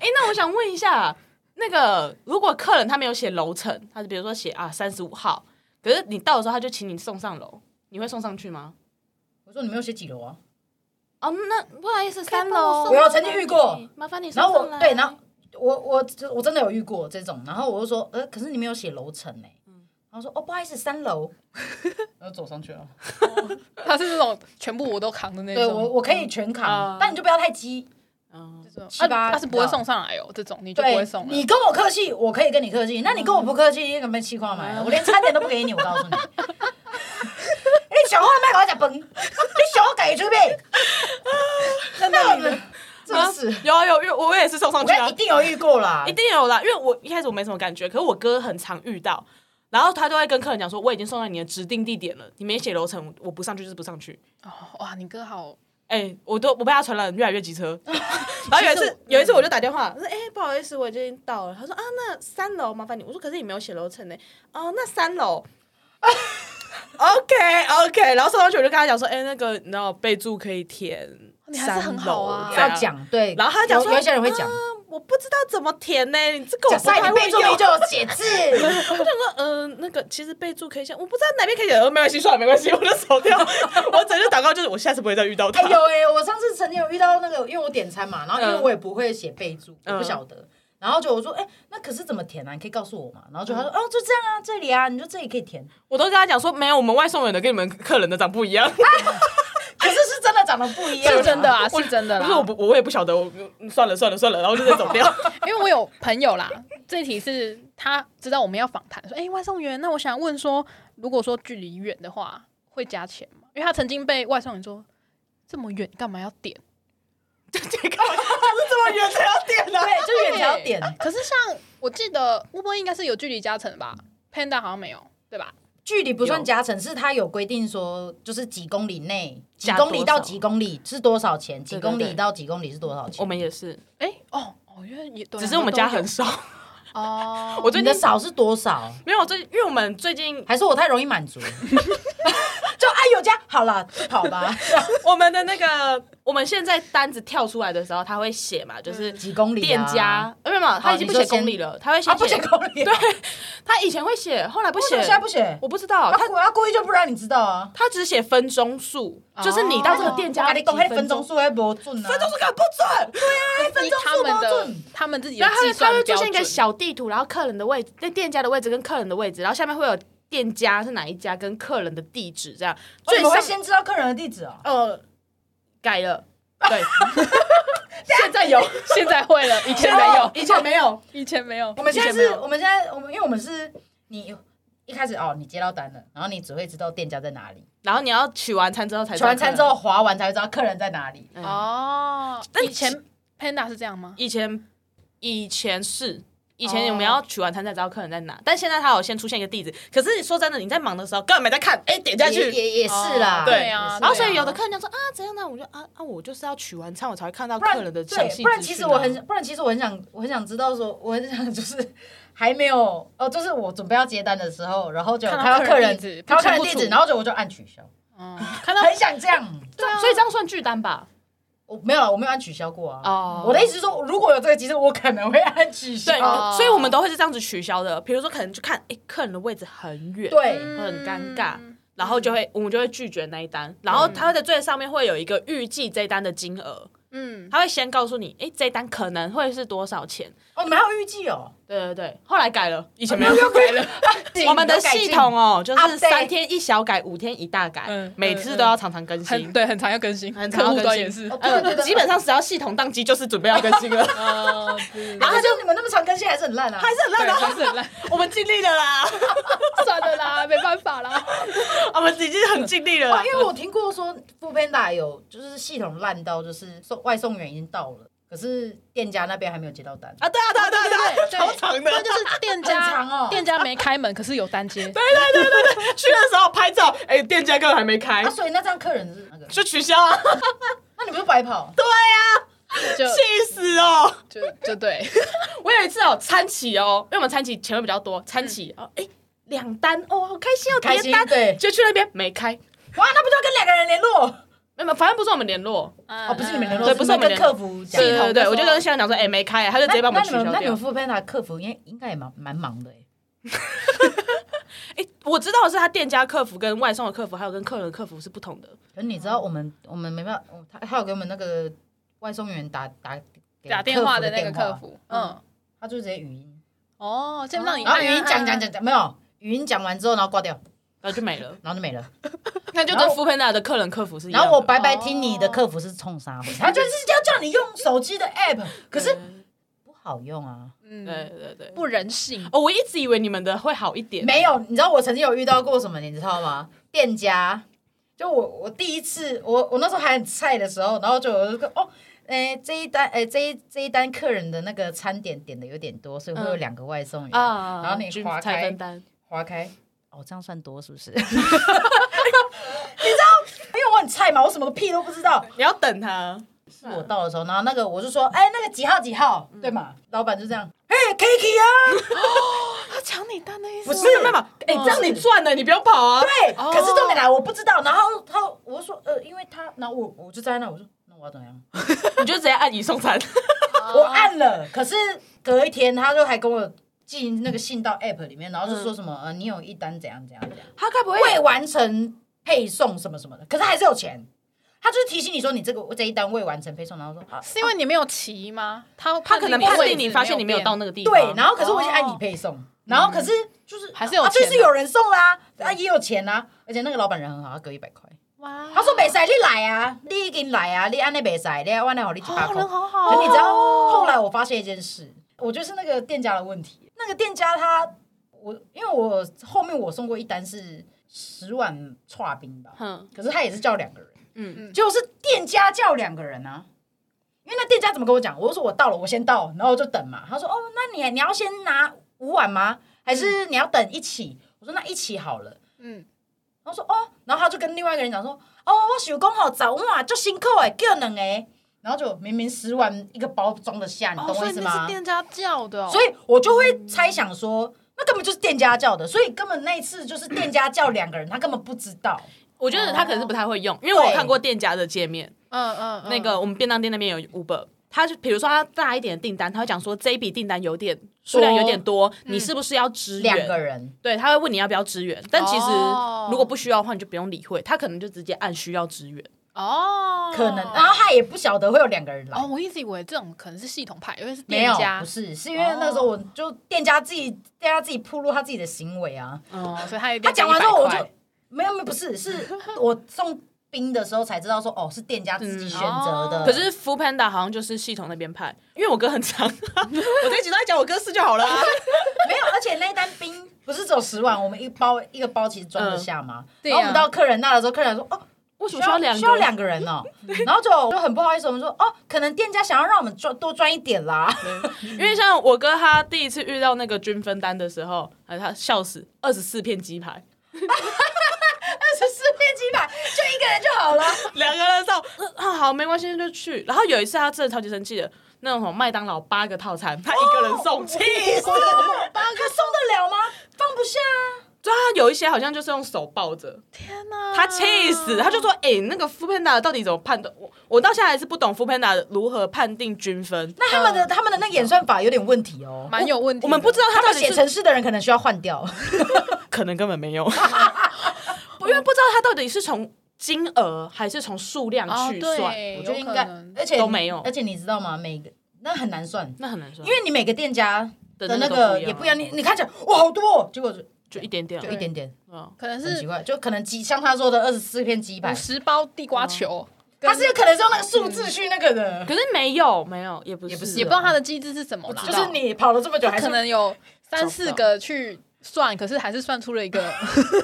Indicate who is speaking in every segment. Speaker 1: 哎我想问一下，那个如果客人他没有写楼层，他就比如说写啊三十五号，可是你到的时候他就请你送上楼，你会送上去吗？
Speaker 2: 我说你没有写几楼啊？
Speaker 1: 哦，那不好意思，三
Speaker 3: 帮我
Speaker 1: 楼哎
Speaker 3: 送
Speaker 2: 我曾经遇过，
Speaker 1: 麻烦你送
Speaker 2: 然后
Speaker 1: 上
Speaker 2: 我
Speaker 1: 来。
Speaker 2: 对，然后我我我真的有遇过这种，然后我就说，呃，可是你没有写楼层呢。然后说哦，不好意思，三 楼，然后走上去了。
Speaker 3: 他是那种全部我都扛的那种。
Speaker 2: 对我，我可以全扛，
Speaker 3: 啊
Speaker 2: 但你就不要太急。
Speaker 1: 嗯，
Speaker 3: 这种
Speaker 2: 七八
Speaker 3: 啊他是不会送上来哦，这种你就不会
Speaker 2: 对
Speaker 3: 送，了。
Speaker 2: 你跟我客气，我可以跟你客气。那你跟我不客气，你根本气垮买了，我连餐点都不给你，我告 诉你。你想话麦搞假崩，你想我改出 呗？真的，真是，
Speaker 1: 有啊有，因为我也是送上
Speaker 2: 我
Speaker 1: 去啊
Speaker 2: 一，定有遇过啦
Speaker 1: 一。定有啦。因为我一开始我没什么感觉，可是我哥很常遇到，然后他都会跟客人讲说，我已经送到你的指定地点了，你没写楼层，我不上去就是不上去。
Speaker 3: 哦哇，你哥好，
Speaker 1: 哎、我都我被他传染越来越机 车。然后有一次，有一次我就打电话，我说：“哎、不好意思，我已经到了。”他说：“啊，那三楼麻烦你。”我说：“可是你没有写楼层呢。”哦，那三 楼。OK OK，然后送上去我就跟他讲说：“哎、那个，你知道备注可以填
Speaker 2: 哦
Speaker 1: 三楼，
Speaker 3: 你还是很好啊
Speaker 1: 这样
Speaker 2: 要讲对，
Speaker 1: 然后他讲
Speaker 2: 有
Speaker 1: 说
Speaker 2: 有一些人会讲
Speaker 1: 啊，我不知道怎么填呢、你这个
Speaker 2: 假
Speaker 1: 我不
Speaker 2: 赛
Speaker 1: 太
Speaker 2: 你
Speaker 1: 会
Speaker 2: 备注
Speaker 1: 用。
Speaker 2: 名就有写字，
Speaker 1: 我想说，呃，那个其实备注可以写，我不知道哪边可以写，呃，没关系，算了，没关系，我就走掉。 我整个祷告就是我下次不会再遇到他。
Speaker 2: 哎有哎、我上次曾经有遇到那个，因为我点餐嘛，然后因为我也不会写备注，
Speaker 1: 嗯
Speaker 2: 我不晓得。然后就我说，哎、那可是怎么填啊？你可以告诉我嘛？然后
Speaker 1: 嗯
Speaker 2: 就他说，哦，就这样啊，这里啊，你就这里可 以填。
Speaker 1: 我都跟他讲说，没有，我们外送员的跟你们客人的长不一 样。
Speaker 2: 啊可是是真的长得不一样，
Speaker 3: 是真的。啊，是真的
Speaker 1: 不是我
Speaker 3: 啦。
Speaker 1: 不我也不晓得，我嗯算了算了算了，然后就再走 掉。
Speaker 3: 因为我有朋友啦，这题是他知道我们要访谈，说哎、外送员，那我想问说，如果说距离远的话，会加钱吗？因为他曾经被外送员说这么远干嘛要点？
Speaker 1: 这个干嘛就是这么远才要点呢、
Speaker 2: 对， 就是远条点，
Speaker 3: 可是像我记得 Uber 应该是有距离加成的吧，Panda 好像没有，对吧？
Speaker 2: 距离不算加成，是它有规定说，就是几公里内，几
Speaker 1: 加
Speaker 2: 公
Speaker 1: 多
Speaker 2: 里
Speaker 1: 少
Speaker 2: 到几公里是多少钱，几
Speaker 1: 对对
Speaker 2: 公里
Speaker 1: 对
Speaker 2: 到几公里是多少
Speaker 1: 我
Speaker 2: 钱。
Speaker 1: 们也是，
Speaker 3: 哎、哦哦，因为也对
Speaker 2: 啊
Speaker 1: 只是我们家很少。
Speaker 3: 哦，
Speaker 1: 我最
Speaker 2: 你的
Speaker 1: 近
Speaker 2: 少是多少？
Speaker 1: 没有最，因为我们最近
Speaker 2: 还是我太容易满足？就哎有加好了，就跑吧，
Speaker 1: 我们的那个我们现在单子跳出来的时候，他会写嘛，就是
Speaker 2: 几公里啊？哦
Speaker 1: 店家，呃没有没有，他已经不写公里了，他会
Speaker 2: 啊
Speaker 1: 先
Speaker 2: 不写公里啊，
Speaker 1: 对，他以前会写，后来不
Speaker 2: 为什
Speaker 1: 写
Speaker 2: 么，现在不啊写？
Speaker 1: 我不知道
Speaker 2: 他
Speaker 1: 他。
Speaker 2: 我要故意就不让你知道啊。
Speaker 1: 他只写分钟数，就是你到这个店家
Speaker 2: 哦我跟你讲，他
Speaker 1: 几
Speaker 2: 的分钟数还不准啊，
Speaker 1: 分钟数根本不准，
Speaker 3: 以他们的他们自己的
Speaker 1: 然后它
Speaker 3: 计
Speaker 1: 会它
Speaker 3: 算
Speaker 1: 会
Speaker 3: 标
Speaker 1: 出现
Speaker 3: 准
Speaker 1: 一个小地图，然后客人的位置，那店家的位置跟客人的位置，然后下面会有店家是哪一家跟客人的地址这样。
Speaker 2: 所以
Speaker 1: 最
Speaker 2: 哦你会
Speaker 1: 上
Speaker 2: 先知道客人的地址啊。
Speaker 1: 呃改了，对， 现在有，
Speaker 3: 现在会 了，以前没有，
Speaker 1: 以前没有，
Speaker 3: 哦以前没有。
Speaker 2: 我们现在
Speaker 1: 以前没
Speaker 2: 是，
Speaker 1: 有
Speaker 2: 我们现在我们因为我们是你一开始哦，你接到单了，然后你只会知道店家在哪里，
Speaker 1: 然后你要取完餐之后才知
Speaker 2: 取
Speaker 1: 道
Speaker 2: 完餐之
Speaker 1: 客
Speaker 2: 后
Speaker 1: 人，
Speaker 2: 划完才会知道客人在哪里。
Speaker 3: 哦，
Speaker 1: 但
Speaker 3: 以前 Panda 是这样吗？
Speaker 1: 以前以前是。以
Speaker 3: 哦
Speaker 1: 前我们要取完餐才知道客人在哪，但现在他有先出现一个地址。可是说真的，你在忙的时候根本没在看，哎、点下
Speaker 2: 也
Speaker 1: 去。
Speaker 2: 也也是啦，
Speaker 3: 哦
Speaker 1: 对
Speaker 3: 对啊
Speaker 2: 也是
Speaker 1: 然后所以
Speaker 3: 对啊
Speaker 1: 有的客人就说啊怎样呢？我就啊啊，我就是要取完餐我才会看到
Speaker 2: 不然
Speaker 1: 客人的详细
Speaker 2: 对，不然
Speaker 1: 资
Speaker 2: 其实
Speaker 1: 讯
Speaker 2: 我
Speaker 1: 啊
Speaker 2: 很，不然其实我很想，我很想知道说，我很想就是 还没有哦，就是我准备要接单的时候，然后就
Speaker 3: 看到
Speaker 2: 看到客
Speaker 3: 客人
Speaker 2: 人
Speaker 3: 地址
Speaker 2: 看到客人
Speaker 3: 不
Speaker 2: 地
Speaker 3: 清不
Speaker 2: 址，
Speaker 3: 楚
Speaker 2: 然后就我就按取消，
Speaker 3: 嗯，
Speaker 1: 看到
Speaker 2: 很想这样。啊
Speaker 1: 所以这样算拒单吧？
Speaker 2: 我没有啦，我没有按取消过啊。
Speaker 1: 哦
Speaker 2: 我的意思是说，如果有这个机制，我可能会按取消。
Speaker 1: 对，
Speaker 3: 哦
Speaker 1: 所以我们都会是这样子取消的。比如说，可能就看诶客人的位置很远，，
Speaker 2: 对，
Speaker 1: 很尴尬，然后就会我们就会拒绝那一单，然后它会在最上面会有一个预计这一单的金额，
Speaker 3: 嗯，
Speaker 1: 他会先告诉你，诶，这一单可能会是多少钱。
Speaker 2: 哦，你们还有预计哦，
Speaker 1: 对对对，后来改了，以前没有
Speaker 2: 又。改了。
Speaker 1: 我们的系统哦，就
Speaker 2: 啊对
Speaker 1: 是三天一小改，五天一大改
Speaker 3: 嗯，
Speaker 1: 每次都要常常更
Speaker 3: 很
Speaker 1: 新。
Speaker 3: 对，很常要更新，
Speaker 1: 很常要更新
Speaker 3: 客户端也是
Speaker 2: 哦，。对对对
Speaker 1: 呃，
Speaker 2: 对，
Speaker 1: 基本上只要系统宕机，就是准备要更新了，
Speaker 3: 呃，
Speaker 2: 然后啊他就你们那么常更新还是很哦烂啊，
Speaker 1: 嗯还是很烂
Speaker 3: 对，
Speaker 1: 的
Speaker 3: 还是很烂，
Speaker 1: 我们尽力了啦，
Speaker 3: 算了啦，没办法啦。
Speaker 1: 我们已经很尽力了
Speaker 2: 啊，。因为我听过说 f o o p a n d a 有就是系统烂到就是送外送员已经到了，可是店家那边还没有接到单。
Speaker 1: 啊，对啊，对啊，对啊，对啊，
Speaker 3: 对
Speaker 1: 超长的。
Speaker 3: 那就是 店
Speaker 2: 很长哦
Speaker 3: 家，店家没开门，可是有单接。 对，
Speaker 1: 去的时候拍照，哎、店家根本还没开
Speaker 2: 啊，，所以那这样客人是那个，
Speaker 1: 就取消啊！
Speaker 2: 那你们就白跑。
Speaker 3: 就
Speaker 1: 气死哦！
Speaker 3: 就就对，
Speaker 1: 我有一次哦，餐企哦，因为我们餐企钱会比较多，餐企哦，哎、两单哦，好开心哦，
Speaker 2: 开心
Speaker 1: 叠单
Speaker 2: 对
Speaker 1: 就去那边没开，
Speaker 2: 哇，那不就要跟两个人联络？
Speaker 1: 没有，没有反正不是我们联络，
Speaker 3: 哦
Speaker 2: 哦，不是你们联络，
Speaker 1: 呃对不是我们
Speaker 2: 跟客服讲。
Speaker 1: 对对
Speaker 3: 就
Speaker 1: 对，
Speaker 3: 说
Speaker 1: 我就跟香港讲说，哎、没开、啊，他就直接帮我
Speaker 2: 那
Speaker 1: 们
Speaker 2: 你
Speaker 1: 取
Speaker 2: 们
Speaker 1: 消
Speaker 2: 那你
Speaker 1: 掉
Speaker 2: 们。副班达客服应该应该也蛮蛮忙的哎。
Speaker 1: 哎、我知道的是他店家客服跟外送的客服，还有跟客人的客服是不同的。
Speaker 2: 可是你知道我们我们没办法，我他他有给我们那个外送员打打给
Speaker 3: 打电
Speaker 2: 客服
Speaker 3: 话
Speaker 2: 的
Speaker 3: 的那个
Speaker 2: 电话
Speaker 3: 客，服，嗯，
Speaker 2: 他就直接语音，
Speaker 3: 哦，先让你
Speaker 2: 然后
Speaker 3: 按
Speaker 2: 语音讲讲，
Speaker 3: 按
Speaker 2: 讲讲没有，语音讲完之后然后挂掉，
Speaker 1: 然后就没了，
Speaker 2: 然后就没了。
Speaker 1: 那就跟 f o o p a n d 的客人客服是一样哦
Speaker 2: 然
Speaker 1: 的。
Speaker 2: 后我白白听你的客服是冲啥回事，他就是要叫你用手机的 app，可是 不好用啊。
Speaker 3: 嗯，
Speaker 1: 对对对，
Speaker 3: 不人性，
Speaker 1: 哦，我一直以为你们的会好一点，
Speaker 2: 没有，你知道我曾经有遇到过什么，你知道吗？店家，就我我第一次，我我那时候还很菜的时候，然后就有一个哦，诶、这一单诶、这一这一单客人的那个餐点点的有点多，所以会有
Speaker 1: 嗯
Speaker 2: 两个外送员，
Speaker 1: 啊。
Speaker 2: 然后你划
Speaker 1: 才
Speaker 2: 开
Speaker 1: 分单，
Speaker 2: 划开。哦，这样算多是不 是？你知道，因为我很菜嘛，我什么屁都不知道。
Speaker 1: 你要等他。
Speaker 2: 是我到的时候，然后那个我就说，哎、那个几号几号，对嘛？老板就这样，嘿 k i k i 啊，
Speaker 3: 他抢你单的意思
Speaker 2: 不是
Speaker 1: 没有办法，哎、
Speaker 2: 嗯
Speaker 1: 这样你赚了，你不要跑啊。
Speaker 2: 对，
Speaker 3: 哦
Speaker 2: 可是重点来，我不知道。然后他，我就说，呃，因为他，然后我我就站在那，我说，那我要怎么样？
Speaker 1: 你就直接按移送餐。
Speaker 3: 哦
Speaker 2: 我按了，可是隔一天他就还跟我寄那个信到 app 里面，然后就说什么，呃，你有一单怎样怎样怎样，
Speaker 1: 他该不
Speaker 3: 嗯
Speaker 1: 会
Speaker 2: 未完成配送什么什么的，可是还是有钱。他就是提醒你说你这个这一单未完成配送，然后说啊，
Speaker 3: 是因为你没有骑吗？他
Speaker 1: 他可能判定你发现你没
Speaker 3: 没
Speaker 1: 有
Speaker 3: 有
Speaker 1: 到那个地方，
Speaker 2: 对，然
Speaker 1: 后
Speaker 2: 后可是我已经按你配送，然后可是就是
Speaker 3: 哦还是有
Speaker 2: 啊
Speaker 3: 钱
Speaker 2: 就
Speaker 3: 啊
Speaker 2: 是有人送啦，啊也有钱啊，而且那个老板人很好，他给我一百块。
Speaker 3: 哇
Speaker 2: 他说没使，你来啊，你已经来啊，你安尼没使，你我安尼好你一百
Speaker 3: 哦，
Speaker 2: 块
Speaker 3: 人。好
Speaker 2: 可
Speaker 3: 好，
Speaker 2: 你知道，后来我发现一件事，我觉得是那个店家的问题。那个店家他，我因为我后面我送过一单是十碗串冰吧，
Speaker 1: 嗯
Speaker 2: 可是他也是叫两个人，
Speaker 1: 嗯，
Speaker 3: 嗯
Speaker 2: 就是店家叫两个人啊。因为那店家怎么跟我讲？我就说我到了，我先到，然后我就等嘛。他说哦，那你你要先拿五碗吗？还是你要等一起？我说那一起好了。
Speaker 3: 嗯，
Speaker 2: 然后说哦，然后他就跟另外一个人讲说，哦，我想讲吼，早晚就辛苦哎，叫两个，然后就明明十碗一个包装得下，你
Speaker 3: 哦，
Speaker 2: 懂我
Speaker 3: 所
Speaker 2: 意
Speaker 3: 以
Speaker 2: 思
Speaker 3: 那是
Speaker 2: 吗？
Speaker 3: 店家叫的哦，
Speaker 2: 所以我就会猜想说，那根本就是店家叫的，所以根本那一次就是店家叫两个人，他根本不知道。
Speaker 1: 我觉得他可能是不太会用，因为我有看过店家的界面，
Speaker 3: 嗯嗯嗯
Speaker 1: 那个我们便当店那边有 Uber。他就比如说他大一点的订单，他会讲说这一笔订单有点数量有点多，你是不是要支
Speaker 2: 两个
Speaker 1: 援？
Speaker 2: 人，
Speaker 1: 对，他会问你要不要支援，但其实
Speaker 3: 哦
Speaker 1: 如果不需要的话，你就不用理会，他可能就直接按需要支援。
Speaker 3: 哦，
Speaker 2: 可能，然后他也不晓得会有两个人来。
Speaker 3: 哦，我一直以为这种可能是系统派，因为是
Speaker 2: 没
Speaker 3: 店
Speaker 2: 有，
Speaker 3: 家
Speaker 2: 不，是，是因为那时候我就店家自己，店家自己铺路他自己的行为啊。
Speaker 3: 哦，所以他一定
Speaker 2: 他
Speaker 3: 要
Speaker 2: 讲完之后，我就
Speaker 3: 100块
Speaker 2: 没有没有，不是，是我送冰的时候才知道说，哦，是店家自己选择的。
Speaker 3: 嗯哦
Speaker 1: 可是 f o o Panda 好像就是系统那边派，因为我哥很长， 我这一集都在讲我哥事就好了、啊。
Speaker 2: 没有，而且那一单冰不是只有十碗，我们一包一个包其实装得下吗？
Speaker 3: 对
Speaker 2: 然后我们
Speaker 3: 啊
Speaker 2: 到客人那的时候，客人说，哦。
Speaker 1: 为什
Speaker 2: 需
Speaker 1: 么需要
Speaker 2: 要
Speaker 1: 两个？
Speaker 2: 需要两个人哦，然后就就很不好意思，我们说哦，可能店家想要让我们赚多赚一点啦，
Speaker 1: 因为像我哥他第一次遇到那个均分单的时候，啊，他笑死，二十四片鸡排，
Speaker 2: 二十四片鸡排就一个人就好了。
Speaker 1: 两个人到啊好没关系就去。然后有一次他真的超级生气的，那种什么麦当劳八个套餐，他一个人送，气死！
Speaker 2: 我的 八个送得了吗？放不下啊。
Speaker 1: 对啊，有一些好像就是用手抱着，
Speaker 3: 天哪，
Speaker 1: 他气死，他就说：“哎、那个 f o o Panda 到底怎么判断？我我到现在还是不懂 f o o Panda 如何判定均分。”
Speaker 2: 那他们的他们的那个演算法有点问题哦，
Speaker 3: 蛮有问题的，
Speaker 1: 我们不知道他
Speaker 2: 他
Speaker 1: 到
Speaker 2: 们
Speaker 1: 底
Speaker 2: 写
Speaker 1: 是
Speaker 2: 程式的人可能需要换掉。
Speaker 1: 可能根本没有，我因为不知道他到底是从金额还是从数量
Speaker 3: 哦，
Speaker 1: 去算，
Speaker 3: 对，
Speaker 2: 我觉得
Speaker 3: 有
Speaker 2: 应
Speaker 3: 可
Speaker 2: 该
Speaker 3: 能，
Speaker 2: 而且
Speaker 1: 都没有
Speaker 2: 而且你知道吗？每个那很难算，
Speaker 1: 那很难说，
Speaker 2: 因为你每个店家的那
Speaker 1: 那个
Speaker 2: 个也
Speaker 1: 不
Speaker 2: 不
Speaker 1: 一
Speaker 2: 一
Speaker 1: 样啊
Speaker 2: 样。你你看起来哇好多哦，结果就
Speaker 1: 就一点点
Speaker 2: 就
Speaker 1: 而已
Speaker 2: 一点点，
Speaker 1: 嗯
Speaker 3: 可能
Speaker 2: 很
Speaker 3: 是
Speaker 2: 奇怪，就可能鸡像他说的二十四片鸡排
Speaker 3: 五，十包地瓜球，
Speaker 2: 他是有可能是用那个
Speaker 1: 嗯
Speaker 2: 数字去那个的，
Speaker 1: 可是没有，没有，也不是，啊
Speaker 2: 也不是啊
Speaker 3: 也不知道它的机制是什么啦，
Speaker 2: 就是你跑了这么久还是
Speaker 3: 可能有三四个去算，可是还是算出了一个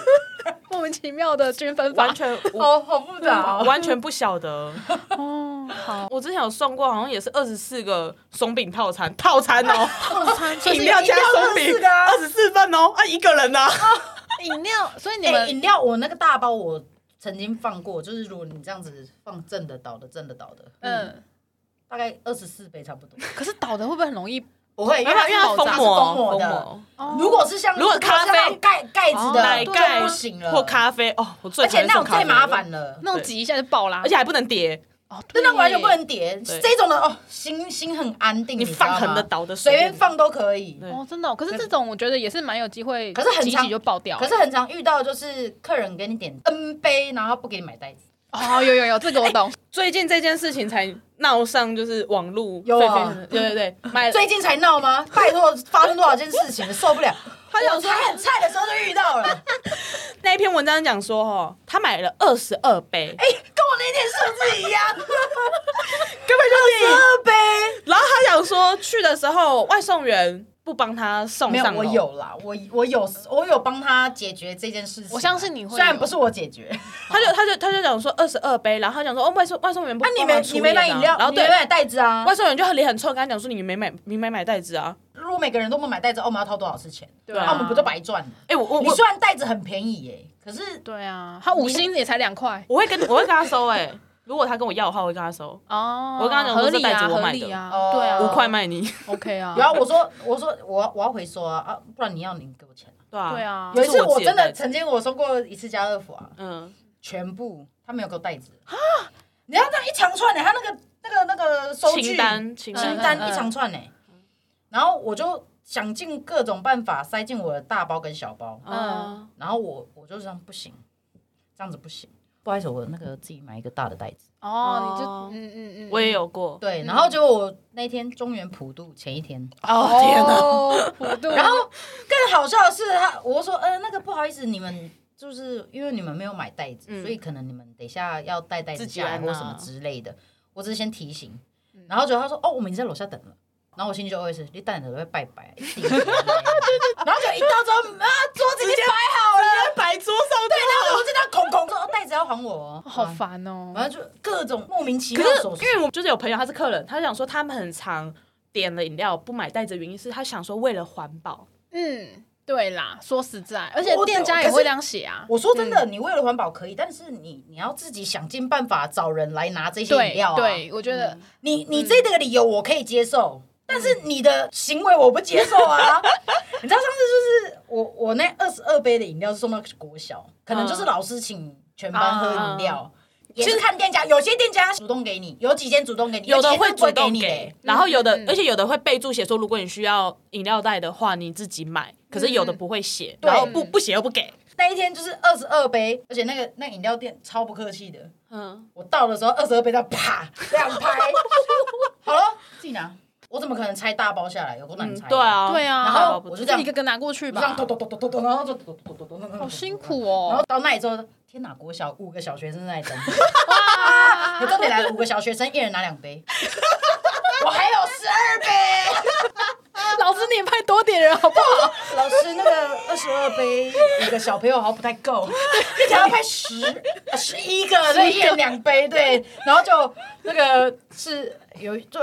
Speaker 3: 莫名其妙的均分法
Speaker 1: 完。全嗯我
Speaker 2: 好好复杂 哦。
Speaker 1: 完全不晓得。
Speaker 3: 哦，好，
Speaker 1: 我之前有送过，好像也是二十四个松饼套餐，套餐哦，
Speaker 3: 所以
Speaker 1: 饮
Speaker 3: 是
Speaker 1: 料加松饼
Speaker 2: 24个啊
Speaker 1: 二十四份哦，啊，一个人呐，
Speaker 3: 饮料，所以你
Speaker 2: 哎，
Speaker 3: 们
Speaker 2: 饮料我那个大包我曾经放过，就是如果你这样子放正的倒的正的倒的，
Speaker 3: 嗯，
Speaker 2: 大概二十四杯差不多。
Speaker 3: 可是倒的会不会很容易
Speaker 2: 不会，因
Speaker 1: 因
Speaker 2: 为它
Speaker 1: 为
Speaker 2: 是
Speaker 1: 因为它
Speaker 2: 它
Speaker 1: 封
Speaker 2: 是
Speaker 1: 膜，
Speaker 2: 膜
Speaker 1: 封
Speaker 2: 的。
Speaker 1: 膜
Speaker 3: 哦
Speaker 2: 如果是像
Speaker 1: 如果咖啡哦
Speaker 2: 是那种盖盖子的，
Speaker 1: 奶
Speaker 2: 就
Speaker 1: 盖
Speaker 2: 不行了，
Speaker 1: 或，咖啡哦，我最
Speaker 2: 而
Speaker 1: 讨
Speaker 2: 且
Speaker 1: 厌
Speaker 2: 那种
Speaker 1: 送咖
Speaker 2: 最
Speaker 1: 啡
Speaker 2: 麻，烦了，
Speaker 3: 那种挤一下就爆啦，
Speaker 1: 而且还不能叠，
Speaker 3: 哦，
Speaker 2: 那
Speaker 3: 对
Speaker 2: 那完全
Speaker 3: 耶
Speaker 2: 不能叠。
Speaker 1: 对
Speaker 2: 这种的哦，心心很安定，
Speaker 1: 你
Speaker 2: 你知道吗
Speaker 1: 放横的倒的
Speaker 2: 随
Speaker 1: 随
Speaker 2: 便
Speaker 1: 便
Speaker 2: 放都可以。
Speaker 1: 对
Speaker 3: 哦，真的哦、可是这种我觉得也是蛮有机会，
Speaker 2: 可是很
Speaker 3: 挤一
Speaker 2: 常
Speaker 3: 挤就爆掉了。
Speaker 2: 可是很常遇到就是客人给你点 N 杯，然后不给你买袋子，
Speaker 3: 哦，有有有，这个我懂。
Speaker 1: 最近这件事情才闹上，就是网络
Speaker 2: 有
Speaker 1: 沸
Speaker 2: 啊
Speaker 1: 沸腾腾对对对，买
Speaker 2: 最近才 闹吗？拜托，发生多少件事情了，受不了。
Speaker 1: 他想说
Speaker 2: 他很菜的时候就遇到 了，哎，
Speaker 1: 那一篇文章讲说哦，他买了二十二杯，
Speaker 2: 跟我那天数字一样，
Speaker 1: 根本就是
Speaker 2: 二杯。
Speaker 1: 然后他想说去的时候外送员不帮他送
Speaker 2: 没有
Speaker 1: 上，哦
Speaker 2: 我
Speaker 1: 楼
Speaker 2: 有啦，我我有我有帮他解决这件事情啊。
Speaker 3: 我相信你会有
Speaker 2: 虽然不是我解决。
Speaker 1: 他就他就他就讲说二十二杯，然后他讲说哦外送外送员不
Speaker 2: 那
Speaker 1: 帮
Speaker 2: 啊你
Speaker 1: 忙
Speaker 2: 没
Speaker 1: 处理
Speaker 2: 你没买
Speaker 1: 这样
Speaker 2: 饮料，
Speaker 1: 然后
Speaker 2: 你没
Speaker 1: 对
Speaker 2: 买袋子啊
Speaker 1: 外？送员就很脸很臭，跟他讲说你没买你没买袋子啊，
Speaker 2: 如果每个人都不买袋子，哦，我们要掏多少次钱？
Speaker 3: 对
Speaker 2: 那我们不就白赚了？
Speaker 1: 哎、啊我我
Speaker 2: 你
Speaker 1: 我
Speaker 2: 虽然袋子很便宜耶，可是
Speaker 3: 对啊，他五星也才两块
Speaker 1: 我会跟我会跟他收哎、如果他跟我要的话，我会跟他收
Speaker 3: 哦。
Speaker 1: 我刚刚讲说
Speaker 3: 合
Speaker 1: 这
Speaker 3: 理
Speaker 1: 袋
Speaker 3: 啊，
Speaker 1: 子我
Speaker 3: 合
Speaker 1: 买的
Speaker 3: 理啊
Speaker 2: 哦，
Speaker 3: 对啊，
Speaker 1: 五块卖你，
Speaker 3: OK 啊。
Speaker 2: 然后我说我说我要我要回收啊啊，不然你要你给我钱啊。
Speaker 1: 对啊
Speaker 3: 对，啊
Speaker 2: 有，一
Speaker 1: 这
Speaker 2: 次
Speaker 1: 是我
Speaker 2: 我
Speaker 1: 自己的
Speaker 2: 真的
Speaker 1: 袋子
Speaker 2: 曾经我收过一次家乐福啊，
Speaker 1: 嗯，
Speaker 2: 全部他没有给我袋子啊，你要这样一长串呢，他那个那个那个收据
Speaker 1: 清单清
Speaker 2: 清
Speaker 1: 单，
Speaker 2: 单
Speaker 3: 嗯嗯嗯
Speaker 2: 一长串呢，然后我就想尽各种办法塞进我的大包跟小包，
Speaker 1: 嗯，
Speaker 2: 然后我我就这样不行，这样子不行，不好意思，我那个自己买一个大的袋子。
Speaker 3: 哦
Speaker 1: 哦，
Speaker 3: 你就嗯嗯嗯，
Speaker 1: 我也有过，
Speaker 2: 对，然后结果我那天中原普渡前一天，
Speaker 1: 哦
Speaker 3: 哦，普渡，
Speaker 2: 然后更好笑的是他，我说呃那个不好意思，你们就是因为你们没有买袋子，
Speaker 1: 嗯
Speaker 2: 所以可能你们等一下要带袋子
Speaker 1: 自己
Speaker 2: 下来
Speaker 1: 来
Speaker 2: 或
Speaker 1: 拿嗯
Speaker 2: 什么之类的，我只是先提醒。然后结果他说哦我们已经在楼下等了。然后我心里就 OS：你等着会拜拜，一定然后就一到之后啊，桌子已经摆好了，
Speaker 1: 摆桌上
Speaker 2: 对，然后我就这样恐恐说哦袋子要还我哦，
Speaker 3: 好烦哦
Speaker 2: 然。后就各种莫名其
Speaker 1: 可
Speaker 2: 妙
Speaker 1: 是
Speaker 2: 琐事
Speaker 1: 因。为我就是有朋友他是客人，他就想说他们很常点了饮料不买袋子，原因是他想说为了环保，
Speaker 3: 嗯，对啦，说实在，而且
Speaker 2: 我
Speaker 3: 店家也会这样写啊。
Speaker 2: 我说真
Speaker 1: 嗯
Speaker 2: 的，你为了环保可以，但是你你要自己想尽办法找人来拿这些饮
Speaker 3: 对
Speaker 2: 料啊。
Speaker 3: 对，我觉得
Speaker 1: 嗯
Speaker 2: 你你这个理由我可以接受，但是你的行为我不接受 啊！你知道上次就是我我那二十二杯的饮料是送到国小，可能就是老师请全班喝饮
Speaker 1: 啊
Speaker 2: 料。也是看店家，有些店家主动给你，有几间主动给你，
Speaker 1: 有的
Speaker 2: 几间
Speaker 1: 会
Speaker 2: 是不
Speaker 1: 主
Speaker 2: 给
Speaker 1: 动
Speaker 2: 你的
Speaker 1: 给，然后有的
Speaker 3: 嗯嗯，
Speaker 1: 而且有的会备注写说，如果你需要饮料袋的话，你自己买。可是有的不会写，
Speaker 2: 对
Speaker 1: 然后不不写又不给。
Speaker 2: 那一天就是二十二杯，而且那个那饮料店超不客气的，
Speaker 1: 嗯，
Speaker 2: 我到的时候二十二杯在啪这样 拍，好了，自己拿，我怎么可能拆大包下来？有多难拆？
Speaker 1: 对，啊，
Speaker 3: 对啊，
Speaker 2: 然后我
Speaker 1: 不
Speaker 2: 就
Speaker 1: 知
Speaker 2: 这样
Speaker 3: 一个个拿过去
Speaker 2: 这样
Speaker 3: 吧
Speaker 2: 咚，咚咚咚咚咚，然后就咚咚咚咚咚，
Speaker 3: 好
Speaker 2: 好
Speaker 3: 辛苦
Speaker 2: 然后
Speaker 3: 哦。
Speaker 2: 到那里之后，天哪，国小五个小学生在等你，
Speaker 3: 哇
Speaker 2: 可重点来了，五个小学生一人拿两杯， 我还有十二杯。
Speaker 3: 老师你也派多点人好不好？
Speaker 2: 老师，那个二十二杯，五个小朋友好像不太 够，一条要拍十呃十一个，所以一人两杯，对。然后就那个是有就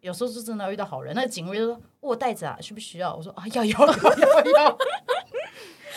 Speaker 2: 有时候是真的遇到好人，那个警卫就说：“我袋子啊，需不需要？”我说：“啊，要要要要 要。”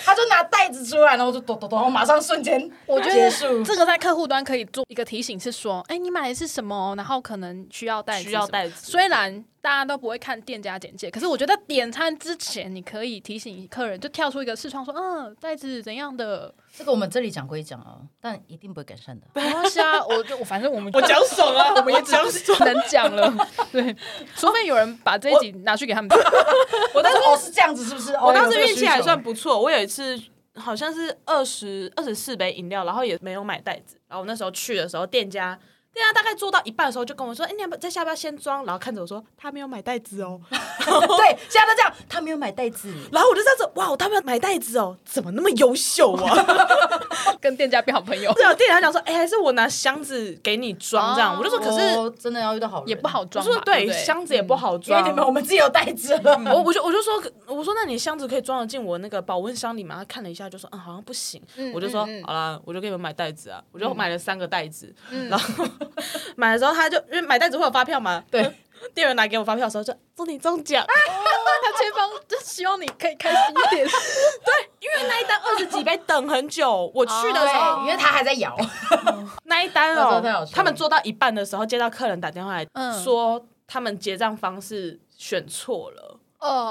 Speaker 2: 他就拿袋子出来，然后我就抖抖抖，我马上瞬间
Speaker 3: 我觉
Speaker 2: 结
Speaker 3: 得
Speaker 2: 束。
Speaker 3: 这个在客户端可以做一个提醒，是说，哎、你买的是什么？然后可能需要袋子，
Speaker 1: 需要袋子
Speaker 3: 虽然大家都不会看店家简介，可是我觉得点餐之前，你可以提醒客人，就跳出一个视窗说，嗯，袋子怎样的？
Speaker 2: 这个我们这里讲归讲啊，但一定不会改善的。
Speaker 3: 没关系啊， 我就我反正我们
Speaker 1: 我讲爽啊，我们也讲爽。
Speaker 3: 能讲了， 对，除非有人把这一集拿去给他们。
Speaker 2: 我当时哦是这样子，是不是？
Speaker 1: 我当时
Speaker 2: 有这个
Speaker 1: 运
Speaker 2: 需
Speaker 1: 气还
Speaker 2: 求
Speaker 1: 算不错，我有一次好像是二十二十四杯饮料，然后也没有买袋子，然后我那时候去的时候，店家。店家大概做到一半的时候，就跟我说：“哎、你要不要在下边先装？”然后看着我说：“他没有买袋子哦。
Speaker 2: 对，现在都这样，他没有买袋子。”
Speaker 1: 然后我就这样子：“哇，他没有买袋子哦，怎么那么优秀啊？”
Speaker 3: 跟店家变好朋友
Speaker 1: 对啊，店员讲说，哎、还是我拿箱子给你装这样。
Speaker 3: 哦
Speaker 1: 我就说，可是
Speaker 2: 哦真的要遇到好人啊
Speaker 3: 也不好，
Speaker 1: 我
Speaker 3: 装吧，
Speaker 1: 说对嗯
Speaker 3: 对不对，
Speaker 1: 箱子也不好
Speaker 2: 因为
Speaker 1: 装。
Speaker 2: 你们我们自己有袋子了。
Speaker 1: 我我就我就说，我说那你箱子可以装得进我那个保温箱里吗？他看了一下就说，嗯，好像不行。
Speaker 3: 嗯
Speaker 1: 我就说、
Speaker 3: 嗯嗯
Speaker 1: 好啦，我就给你们买袋子啊，我就买了三个袋子。
Speaker 3: 嗯
Speaker 1: 然 后买的时候他就因为买袋子会有发票嘛，
Speaker 2: 对，
Speaker 1: 店员拿给我发票的时候就祝你中奖，
Speaker 3: 啊他前方就希望你可以开心一 点。
Speaker 1: 因为那一单二十几杯等很久，我去的时
Speaker 3: 哦
Speaker 1: 候
Speaker 2: 对，因为他还在摇，
Speaker 1: 那一单
Speaker 2: 那真的太好
Speaker 1: 哦
Speaker 2: 吃，了
Speaker 1: 他们做到一半的时候，接到客人打电话来
Speaker 3: 嗯
Speaker 1: 说，他们结账方式选错了，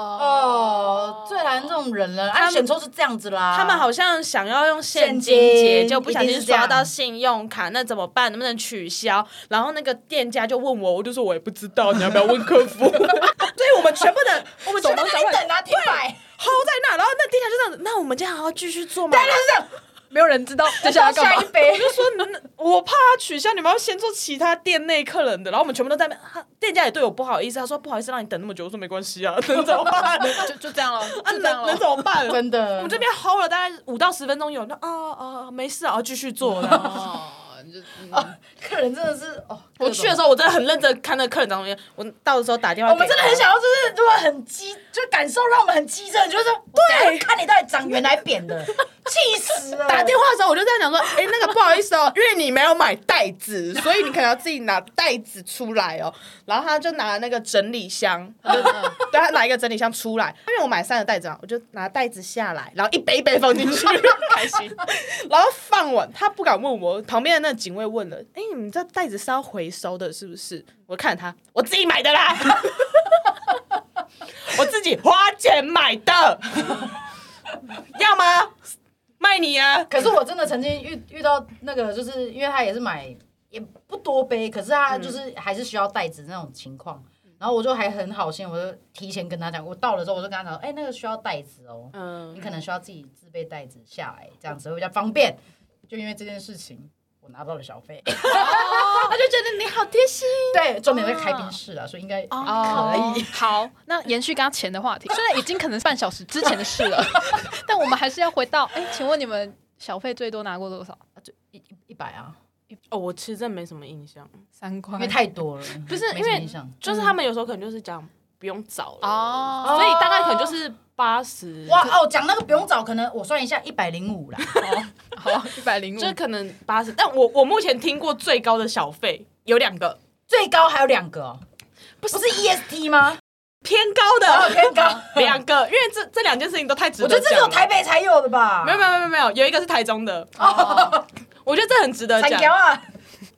Speaker 2: 哦，最难这种人了，啊，
Speaker 1: 们
Speaker 2: 选错是这样子啦。
Speaker 1: 他们好像想要用现金
Speaker 2: 现
Speaker 1: 结，
Speaker 2: 金
Speaker 1: 就不小
Speaker 2: 一定
Speaker 1: 心
Speaker 2: 是这样
Speaker 1: 刷到信用卡，那怎么办？能不能取消？然后那个店家就问我，我就说我也不知道，你要不要问客 服？所以我们全部的我们全
Speaker 2: 就
Speaker 1: 部
Speaker 2: 在
Speaker 1: 的
Speaker 2: 那里等啊，停摆，
Speaker 1: hold 在那，然后那店家就这样子，那我们今天还要继续做吗？
Speaker 3: 没有人知 道接下来干
Speaker 2: 下
Speaker 3: 嘛
Speaker 2: 一。杯
Speaker 1: 我。就说，那我怕他取消，你们要先做其他店内客人的。然后我们全部都在那边，他店家也对我不好意思，他说不好意思让你等那么久。我说没关 系啊，能怎么办？
Speaker 3: 就就这样了，
Speaker 1: 啊，
Speaker 3: 就
Speaker 1: 能
Speaker 3: 这样
Speaker 1: 能
Speaker 3: 了。
Speaker 1: 怎么办？
Speaker 2: 真的，
Speaker 1: 我们这边 hold 了大概五到十分钟有，那啊啊没事啊，继续做。然后
Speaker 3: 哦，就
Speaker 2: 哦 客人真的是哦，
Speaker 1: 我去的时候，我真的很认真看那个客人长什么样。我到的时候打电话
Speaker 2: 我
Speaker 1: 给他，
Speaker 2: 们真的很想要，就是如果很机，就感受让我们很机智，就是对，看你到底长圆还扁 的，气死了！
Speaker 1: 打电
Speaker 2: 话
Speaker 1: 话的时候，我就在讲说，哎、那个不好意思哦，因为你没有买袋子，所以你可能要自己拿袋子出来哦。然后他就拿那个整理箱，我就对他拿一个整理箱出来，因为我买三个袋子嘛，我就拿袋子下来，然后一杯一杯放进去， 开心。然后放完，他不敢问我，旁边的那个警卫问了，哎、你们这袋子是要回收的，是不是？我看他，我自己买的啦。我自己花钱买的，要吗？卖你啊！
Speaker 2: 可是我真的曾经遇遇到那个，就是因为他也是买也不多杯，可是他就是还是需要袋子那种情况。
Speaker 1: 嗯
Speaker 2: 然后我就还很好心，我就提前跟他讲，我到了之后我就跟他讲说，哎、那个需要袋子哦，
Speaker 1: 嗯
Speaker 2: 你，可能需要自己自备袋子下来，这样子会比较方便。
Speaker 1: 嗯
Speaker 2: 就因为这件事情，我拿到了小费。
Speaker 1: 他就觉得你好贴心。
Speaker 2: 对，重点在开宾室啊，所以应该
Speaker 1: 哦
Speaker 3: 可以。哦好，那延续刚刚钱的话题，虽然已经可能是半小时之前的事 了，但我们还是要回到，哎，请问你们小费最多拿过多少？
Speaker 2: 一一一百啊，
Speaker 1: 哦，我其实真的没什么印象，
Speaker 3: 三块
Speaker 2: 因为太多了，
Speaker 1: 哦不是
Speaker 2: 没
Speaker 1: 因
Speaker 2: 什么
Speaker 1: 为
Speaker 2: 印象
Speaker 1: 就是他们有时候可能就是讲不用找了，
Speaker 3: 哦，
Speaker 1: 所以大概可能就是八十
Speaker 2: 哇哦，讲那个不用找，可能我算一下一百零 五啦，
Speaker 1: 哦
Speaker 3: 好一百零五，
Speaker 1: 嗯就可能八十。但我我目前听过最高的小费有两个，
Speaker 2: 最高还有两个哦，
Speaker 1: 不
Speaker 2: 不是 EST 吗？
Speaker 1: 偏高
Speaker 2: 哦，
Speaker 1: 的
Speaker 2: 偏高，
Speaker 1: 两个，因为这这两件事情都太值
Speaker 2: 我觉
Speaker 1: 得
Speaker 2: 得这只
Speaker 1: 讲
Speaker 2: 有
Speaker 1: 了。
Speaker 2: 台北才有的吧？
Speaker 1: 没有没有没有没有，有一个是台中的，
Speaker 3: 哦
Speaker 1: 我觉得这很值得
Speaker 2: 三
Speaker 1: 讲。
Speaker 2: 条啊，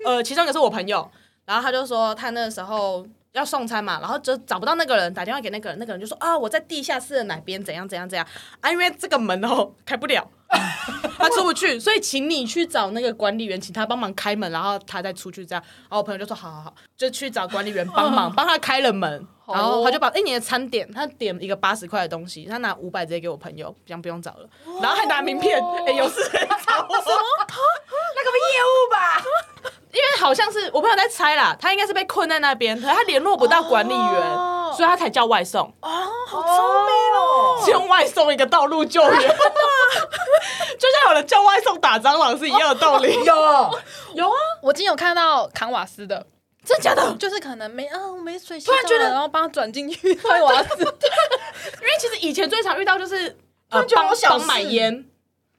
Speaker 1: 呃，其中一个是我朋友，然后他就说他那时候要送餐嘛，然后就找不到那个人，打电话给那个人，那个人就说啊，我在地下室的哪边，怎样怎样怎样啊，因为这个门哦开不了， 他出不去，所以请你去找那个管理员，请他帮忙开门，然后他再出去这样。然后我朋友就说好好好，就去找管理员帮 忙，帮他开了门。
Speaker 3: 好哦
Speaker 1: 然后他就把哎、你的餐点，他点一个八十块的东西，他拿五百直接给我朋友，这样不用找了。然后还拿名片，哎、有事 人找我。
Speaker 2: 那个不业务吧？
Speaker 1: 因为好像是我朋友在猜啦，他应该是被困在那边，可是他联络不到管理员，
Speaker 3: 哦
Speaker 1: 所以他才叫外送，
Speaker 2: 好聪明哦！
Speaker 1: 先外送一个道路救援，就像有人叫外送打蟑螂是一样的道理。
Speaker 2: 有，
Speaker 1: 有啊，
Speaker 3: 我今天有看到扛瓦斯的，
Speaker 1: 真假的？
Speaker 3: 就是可能没啊，我没水洗
Speaker 1: 突然
Speaker 3: 澡
Speaker 1: 觉得
Speaker 3: 了然后帮他转进 去扛瓦斯，
Speaker 1: 因为其实以前最常遇到就是
Speaker 2: 突
Speaker 1: 呃
Speaker 2: 然觉得好
Speaker 1: 帮
Speaker 2: 小事
Speaker 1: 帮买烟。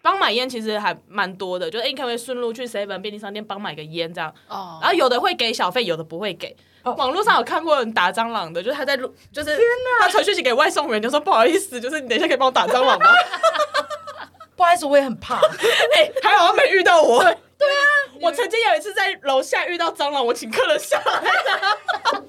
Speaker 1: 帮买烟其实还蛮多的，就是哎你可不可以顺路去 seven 便利商店帮买个烟这样？
Speaker 3: 哦
Speaker 1: 然后有的会给小费，有的不会给。
Speaker 2: 哦
Speaker 1: 网络上有看过人打蟑螂的，就是他在路，就是他传讯息给外送员，就说不好意思，就是你等一下可以帮我打蟑螂吗？
Speaker 2: 不好意思，我也很怕。
Speaker 1: 哎、 还好他没遇到我。对啊，我曾经有一次在楼下遇到蟑螂，我请客人下来 的。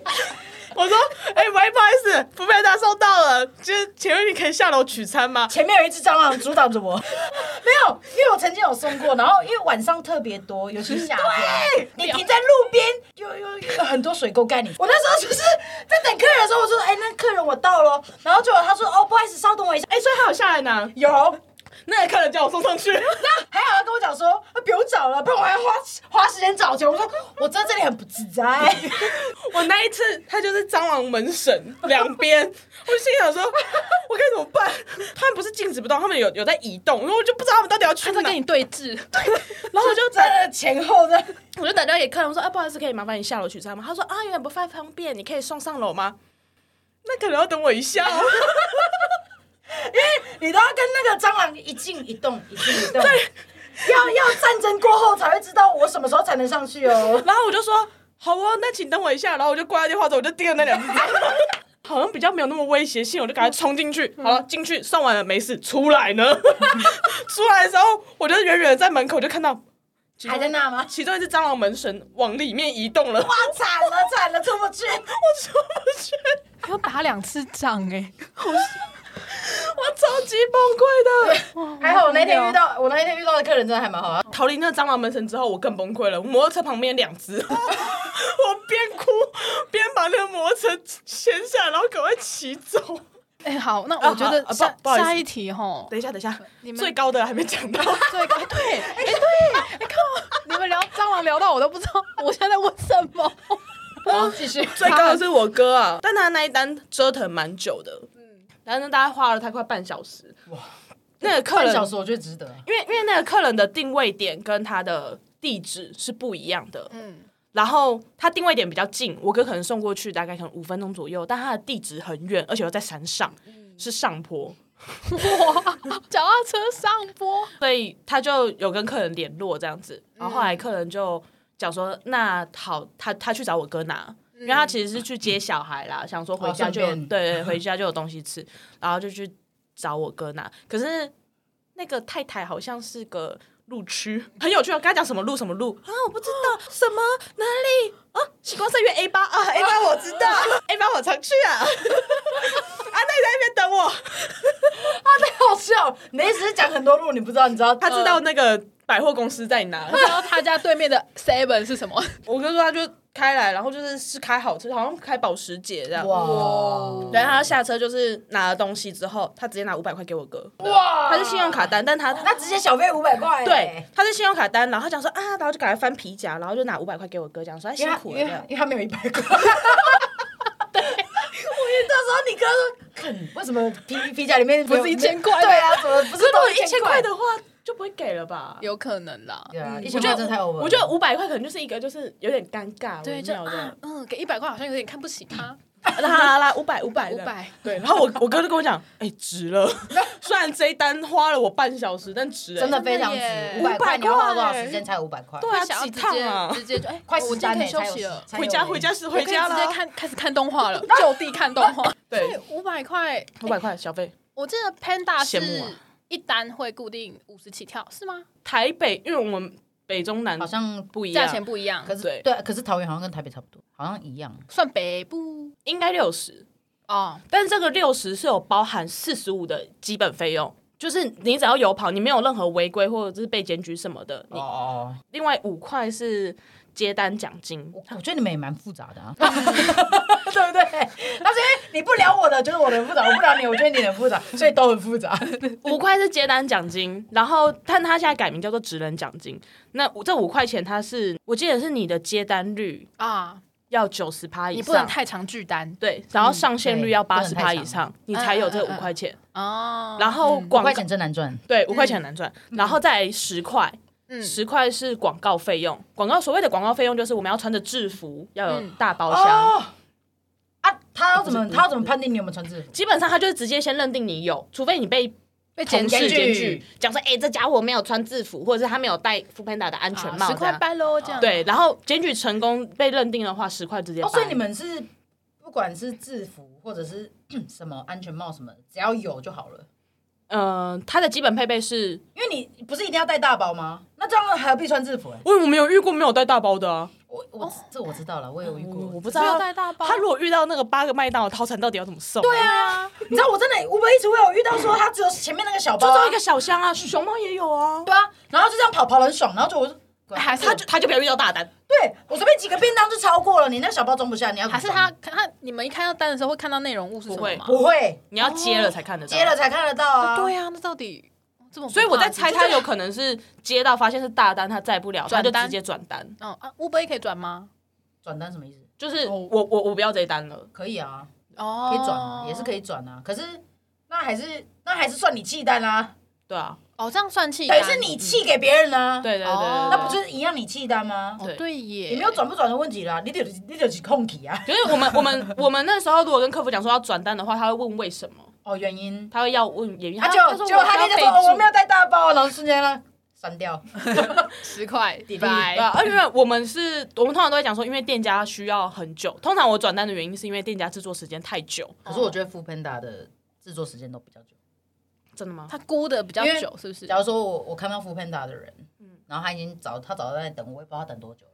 Speaker 1: 我说：“哎、喂，不好意思，福贝达收到了，就是请问你可以下楼取餐吗
Speaker 2: 前面有一只蟑螂阻挡着我， 没有，因为我曾经有送过，然后因为晚上特别多，尤其是夏 天，你停在路边，又又又很多水沟盖你。我那时候就是在等客人的时候，我说，哎、那客人我到了，然后结果他说，哦，不好意思，稍等我一下？”，
Speaker 1: 哎、所以他有下来拿，
Speaker 2: 有，
Speaker 1: 那个客人叫我送上 去。
Speaker 2: 还好他跟我讲说，啊不用找了，不然我还要花花时间找钱。我说，我真的这里很不自 在，
Speaker 1: 我那一次，他就是蟑螂门神两边，我心想说，我该怎么办？他们不是静止不动，他们有有在移动，然后我就不知道他们到底要去
Speaker 3: 他
Speaker 1: 哪
Speaker 3: 在。跟你对峙，
Speaker 1: 然后我就
Speaker 2: 在那前后的，
Speaker 1: 我就打电话给客人我说：“哎、不好意思，可以麻烦你下楼取餐吗？”他说：“啊，有点不太方便，你可以送上楼吗？”那可能要等我一下、哦。
Speaker 2: 你都要跟那个蟑螂一静一动，一静一动。要要战争过后才会知道我什么时候才能上去 哦。
Speaker 1: 然后我就说：“好哦，那请等我一下。”然后我就挂掉电话之后，我就盯着那两只蟑螂，好像比较没有那么威胁性，我就赶快冲进去。好了，进去送完了没事，出来呢。 出来的时候，我就远远地在门口就看到
Speaker 2: 还在那吗？
Speaker 1: 其中一只蟑螂门神往里面移动了，我
Speaker 2: 哇，惨了惨了，出不去！
Speaker 1: 出不去。
Speaker 3: 要打两次仗哎、
Speaker 1: 我超级崩溃的。
Speaker 2: 还好我那天遇到我那天遇到的客人真的还蛮好，啊
Speaker 1: 逃离那蟑螂门神之后，我更崩溃了。摩托车旁边两只， 我边哭边把那个摩托车掀下来，然后赶快骑走。
Speaker 3: 哎、好，那
Speaker 1: 啊
Speaker 3: 我觉得
Speaker 1: 好啊不
Speaker 3: 下、
Speaker 1: 不好意思
Speaker 3: 下一题吼，
Speaker 1: 等一下，等一下
Speaker 3: 你，们
Speaker 1: 最高的还没讲到。
Speaker 3: 最高对，哎、对，哎、看我你们聊蟑螂聊到我都不知道我现在在问什么。 好，继续。
Speaker 1: 最高的是我哥啊，但他那一单折腾蛮久的，嗯，然后呢，大概花了他快半小时。哇，那个客
Speaker 2: 半
Speaker 1: 人，
Speaker 2: 小时我觉得值得。
Speaker 1: 因为因为那个客人的定位点跟他的地址是不一样的，
Speaker 3: 嗯，
Speaker 1: 然后他定位点比较近，我哥可能送过去大概可能五分钟左右，但他的地址很远，而且又在山上，是上坡，
Speaker 3: 哇， 脚踏车上坡，
Speaker 1: 所以他就有跟客人联络这样子，然后后来客人就讲说，那好，他他去找我哥拿。因为他其实是去接小孩啦，想说回家就有、
Speaker 2: 哦顺便
Speaker 1: 对对，回家就有东西吃，然后就去找我哥拿。可是那个太太好像是个路痴， 很有趣哦。跟他讲什么路什么路啊，我不知道什么哪里啊，星光三月 A 八啊，A 八我知道 ，A 八我常去啊。啊，那你在那边等我，
Speaker 2: 好笑，你一直讲很多路，你不知道，你知道
Speaker 1: 他知道那个百货公司在哪。
Speaker 3: 不知道他家对面的 Seven 是什么？
Speaker 1: 我哥说他就开来，然后就是是开好车，好像开保时捷这样。
Speaker 2: 哇
Speaker 1: 然后他下车就是拿了东西之后，他直接拿五百块给我哥，
Speaker 2: 哇
Speaker 1: 他是信用卡单，但他
Speaker 2: 他直接小费五百块欸，
Speaker 1: 对他是信用卡单，然后他讲说啊，然后就赶快翻皮夹，然后就拿五百块给我哥，讲说他哎
Speaker 2: 因
Speaker 1: 辛
Speaker 2: 为他，
Speaker 1: 苦了这
Speaker 2: 因为他
Speaker 1: 样。
Speaker 2: 因为他没有一百块。对，我遇到时候你哥说，肯为什么皮皮夹里面没有
Speaker 3: 不是1000块的
Speaker 2: 对啊，怎么不是
Speaker 1: 如
Speaker 2: 都
Speaker 1: 果
Speaker 2: 是
Speaker 1: 一千块
Speaker 2: 块？
Speaker 1: 的话，就不会给了吧？
Speaker 3: 有可能啦。
Speaker 2: 对啊，
Speaker 3: 嗯
Speaker 2: 一
Speaker 1: 我
Speaker 2: 千
Speaker 1: 觉
Speaker 2: 块真的太
Speaker 1: 得
Speaker 2: over 了。
Speaker 1: 我觉得五百块可能就是一个就是有点尴尬微
Speaker 3: 对，就
Speaker 1: 妙
Speaker 3: 啊
Speaker 1: 的。，
Speaker 3: 嗯，给一百块好像有点看不起他。
Speaker 1: 啦啊啦啦，五百 五百
Speaker 3: 五。百，
Speaker 1: 对，然后我我哥就跟我讲，哎，值了。 虽然这一单花了我半小时，但值了。
Speaker 2: 真的非常
Speaker 3: 真的
Speaker 2: 值，
Speaker 3: 耶
Speaker 2: 五百块
Speaker 1: 500
Speaker 2: 你要花多少
Speaker 1: 块
Speaker 2: 时间才五百块？
Speaker 1: 对啊，
Speaker 3: 想要
Speaker 1: 几
Speaker 3: 直
Speaker 1: 趟啊
Speaker 3: 接？直接就哎，
Speaker 2: 快
Speaker 3: 我
Speaker 2: 十
Speaker 3: 今天
Speaker 2: 单
Speaker 3: 可
Speaker 2: 呢，
Speaker 3: 以休
Speaker 2: 才有
Speaker 3: 息了。
Speaker 2: 才有
Speaker 1: 回家
Speaker 2: 欸
Speaker 1: 回家是
Speaker 3: 我可
Speaker 1: 回
Speaker 3: 以
Speaker 1: 家
Speaker 3: 直接
Speaker 1: 了。
Speaker 3: 看开始看动画了，就地看动 画。
Speaker 1: 对，
Speaker 3: 五百块，
Speaker 1: 五百块小费。
Speaker 3: 我记得 Panda
Speaker 1: 羡慕啊
Speaker 3: 是一单会固定五十起跳，是吗？
Speaker 1: 台北，因为我们北中南
Speaker 2: 好像
Speaker 1: 不一
Speaker 3: 价
Speaker 1: 样，
Speaker 3: 钱不一样，
Speaker 2: 可是
Speaker 1: 对
Speaker 2: 对，啊可是桃园好像跟台北差不多，好像一样。
Speaker 3: 算北部
Speaker 1: 应该六十，
Speaker 3: 哦。
Speaker 1: 但这个六十是有包含四十五的基本费用，就是你只要有跑，你没有任何违规或者是被检举什么的，你
Speaker 2: 哦，
Speaker 1: 另外五块是接单奖金。
Speaker 2: 我我觉得你们也蛮复杂的啊，对不 对？那所以你不聊我的，就是我的很复杂；我不聊你，我觉得你的很复杂，所以都很复 杂。
Speaker 1: 五块是接单奖金，然后但他现在改名叫做职人奖金。那五这五块钱，它是我记得是你的接单率
Speaker 3: 啊，
Speaker 1: 要九十趴以
Speaker 3: 你不能
Speaker 1: 上，
Speaker 3: 太长巨单
Speaker 1: 对，然后上线率要
Speaker 2: 对不
Speaker 1: 八
Speaker 2: 能
Speaker 1: 十
Speaker 2: 太
Speaker 1: 趴
Speaker 2: 长
Speaker 1: 以上，你才有这
Speaker 3: 嗯嗯
Speaker 1: 五
Speaker 3: 嗯嗯
Speaker 1: 块钱。
Speaker 3: 哦。
Speaker 1: 然后
Speaker 2: 五
Speaker 1: 广告
Speaker 2: 块钱真难赚，
Speaker 1: 对五块钱很难赚，然后再十块，
Speaker 3: 嗯
Speaker 1: 十块是广告费用。广告所谓的广告费用就是我们要穿着制服，要有
Speaker 3: 嗯
Speaker 1: 大包厢。
Speaker 2: 哦啊，他要怎么他要怎么判定你有没有穿制服？
Speaker 1: 基本上他就是直接先认定你有，除非你被
Speaker 3: 被
Speaker 1: 同
Speaker 3: 检
Speaker 1: 事
Speaker 2: 检
Speaker 1: 检
Speaker 2: 举
Speaker 1: 举，讲说哎、这家伙没有穿制服，或者是他没有戴 f o o Panda 的安全帽
Speaker 3: 啊十
Speaker 1: 这
Speaker 3: 块
Speaker 1: 样。
Speaker 3: 掰喽，这样哦
Speaker 1: 对，然后检举成功被认定的话，十块直接掰。
Speaker 2: 哦，所以你们是不管是制服或者是 什么安全帽什么，只要有就好了。
Speaker 1: 呃，他的基本配备是，
Speaker 2: 因为你不是一定要带大包吗？那这样还必穿制服、欸？
Speaker 1: 我我没有遇过没有带大包的啊，
Speaker 2: 我我这我知道了，我嗯有遇过。
Speaker 1: 嗯我不知
Speaker 3: 不要
Speaker 1: 道
Speaker 3: 带大包。
Speaker 1: 他如果遇到那个八个麦当劳套餐，到底要怎么送？对啊，
Speaker 2: 你知道我真的我们一直会有遇到说他只有前面那个小包、
Speaker 1: 就
Speaker 2: 啊
Speaker 1: 只有一，个小箱啊，熊猫也有啊，
Speaker 2: 对啊，然后就这样跑跑得很爽，然后就我就
Speaker 3: 啊还是
Speaker 1: 他就他就不要遇到大单。
Speaker 2: 对我随便几个便当就超过了，你那个小包装不下，你要
Speaker 3: 还是他他你们一看到单的时候会看到内容物是什么吗？
Speaker 2: 不会
Speaker 1: 你要接了才看得到。
Speaker 2: 哦接了哦才看得到啊。
Speaker 3: 对呀，那到底这么不怕？
Speaker 1: 所以我在猜，
Speaker 3: 就
Speaker 1: 他有可能是接到发现是大单，他载不了，他
Speaker 3: 转
Speaker 1: 就
Speaker 3: 单
Speaker 1: 直接转单，
Speaker 3: 哦啊，Uber 也可以转吗？
Speaker 2: 转单什么意思？
Speaker 1: 就是
Speaker 3: 哦
Speaker 1: 我我我不要这一单了。
Speaker 2: 可以啊，
Speaker 3: 哦，
Speaker 2: 可以转啊，也是可
Speaker 3: 以
Speaker 2: 以转啊。可是那还是那还是算你弃单啊，
Speaker 1: 对啊，
Speaker 3: 哦，这样算气
Speaker 2: 等
Speaker 3: 单，
Speaker 2: 于是你弃给别人啊。，
Speaker 1: 嗯对对对对
Speaker 3: 哦
Speaker 1: 对，
Speaker 2: 那不就是一样你弃单吗？
Speaker 3: 哦对耶，
Speaker 2: 也没有转不转的问题啦，你得你得去空体啊。
Speaker 1: 可是我们我们我们那时候如果跟客服讲说要转单的话，他会问为什么，
Speaker 2: 哦，原因
Speaker 1: 他会要问原因，
Speaker 2: 啊
Speaker 1: 他
Speaker 2: 就
Speaker 1: 他说
Speaker 2: 就他
Speaker 1: 要
Speaker 2: 那
Speaker 1: 备
Speaker 2: 就说哦我没
Speaker 1: 注。
Speaker 2: 有带大包，然后瞬间呢 删掉。
Speaker 3: 十块，
Speaker 1: 对啊，而且我们是我们通常都会讲说，因为店家需要很久。通常我转单的原因是因为店家制作时间太久。
Speaker 2: 可是我觉得 f o o Panda 的制作时间都比较久。
Speaker 1: 真的吗？
Speaker 3: 他估的比较
Speaker 2: 因为
Speaker 3: 久，是不
Speaker 1: 嗯
Speaker 3: 是？
Speaker 2: 假如说我我看到 f o o Panda 的人，然后他已经早他早就在等我，我也不知道他等多久了。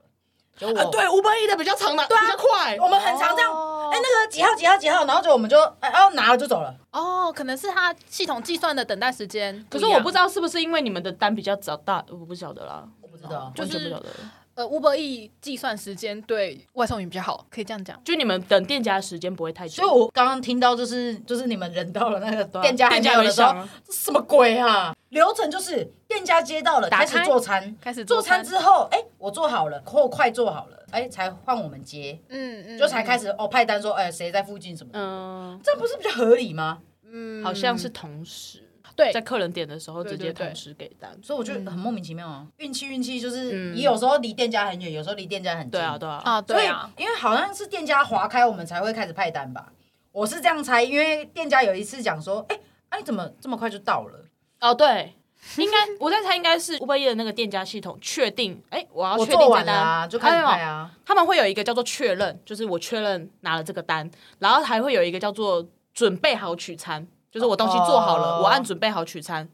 Speaker 2: 就我、
Speaker 1: 啊，对，五百亿的比较长的，
Speaker 2: 对啊
Speaker 1: 比较快。
Speaker 2: 我们很常这样，哎、
Speaker 3: 哦
Speaker 2: 那个几号几号几号，然后就我们就哎哦拿了就走了，
Speaker 3: 哦，可能是它系统计算的等待时间。
Speaker 1: 可是我不知道是不是因为你们的单比较早大，我不晓得啦，
Speaker 2: 我不知道，
Speaker 3: 就
Speaker 1: 完全
Speaker 3: 是
Speaker 1: 不晓得。
Speaker 3: 呃，Uber E 计算时间对外送员比较好，可以这样讲。
Speaker 1: 就你们等店家的时间不会太久
Speaker 2: 所以，。我刚刚听到就是就是你们人到了那个
Speaker 1: 啊
Speaker 2: 店家还没有的时候
Speaker 1: 店家没上啊，
Speaker 2: 这什么鬼啊？流程就是店家接到了，
Speaker 3: 打
Speaker 2: 开
Speaker 3: 开
Speaker 2: 始做餐，
Speaker 3: 开始
Speaker 2: 做
Speaker 3: 做
Speaker 2: 餐
Speaker 3: 餐
Speaker 2: 之后，哎、我做好了，或快做好了，哎、才换我们接，
Speaker 3: 嗯嗯，
Speaker 2: 就才开始哦派单说，哎、谁在附近什么的，
Speaker 1: 嗯，
Speaker 2: 这不是比较合理吗？
Speaker 3: 嗯，
Speaker 1: 好像是同时
Speaker 2: 嗯
Speaker 3: 对
Speaker 1: 在客人点的时候直
Speaker 3: 对
Speaker 1: 接
Speaker 3: 对对
Speaker 1: 同时给单。
Speaker 2: 所以我觉得很莫名其妙啊，运气运气就是，
Speaker 1: 嗯
Speaker 2: 你有时候离店家很远，有时候离店家很近，
Speaker 1: 对啊，对啊，
Speaker 3: 啊，对啊，
Speaker 2: 所以因为好像是店家划开，我们才会开始派单吧。我是这样猜，因为店家有一次讲说，哎、啊你怎么这么快就到了？
Speaker 1: 哦对，应该我在猜应该是 Uber Eats 的那个店家系统确定，哎，我要
Speaker 2: 我
Speaker 1: 确定
Speaker 2: 做
Speaker 1: 这
Speaker 2: 完
Speaker 1: 单，
Speaker 2: 了、啊、就开始
Speaker 1: 哎
Speaker 2: 派
Speaker 1: 呦
Speaker 2: 啊。
Speaker 1: 他们会有一个叫做确认，就是我确认拿了这个单，然后还会有一个叫做准备好取餐，就是我东西做好了，
Speaker 2: 哦
Speaker 1: 我按准备好取餐。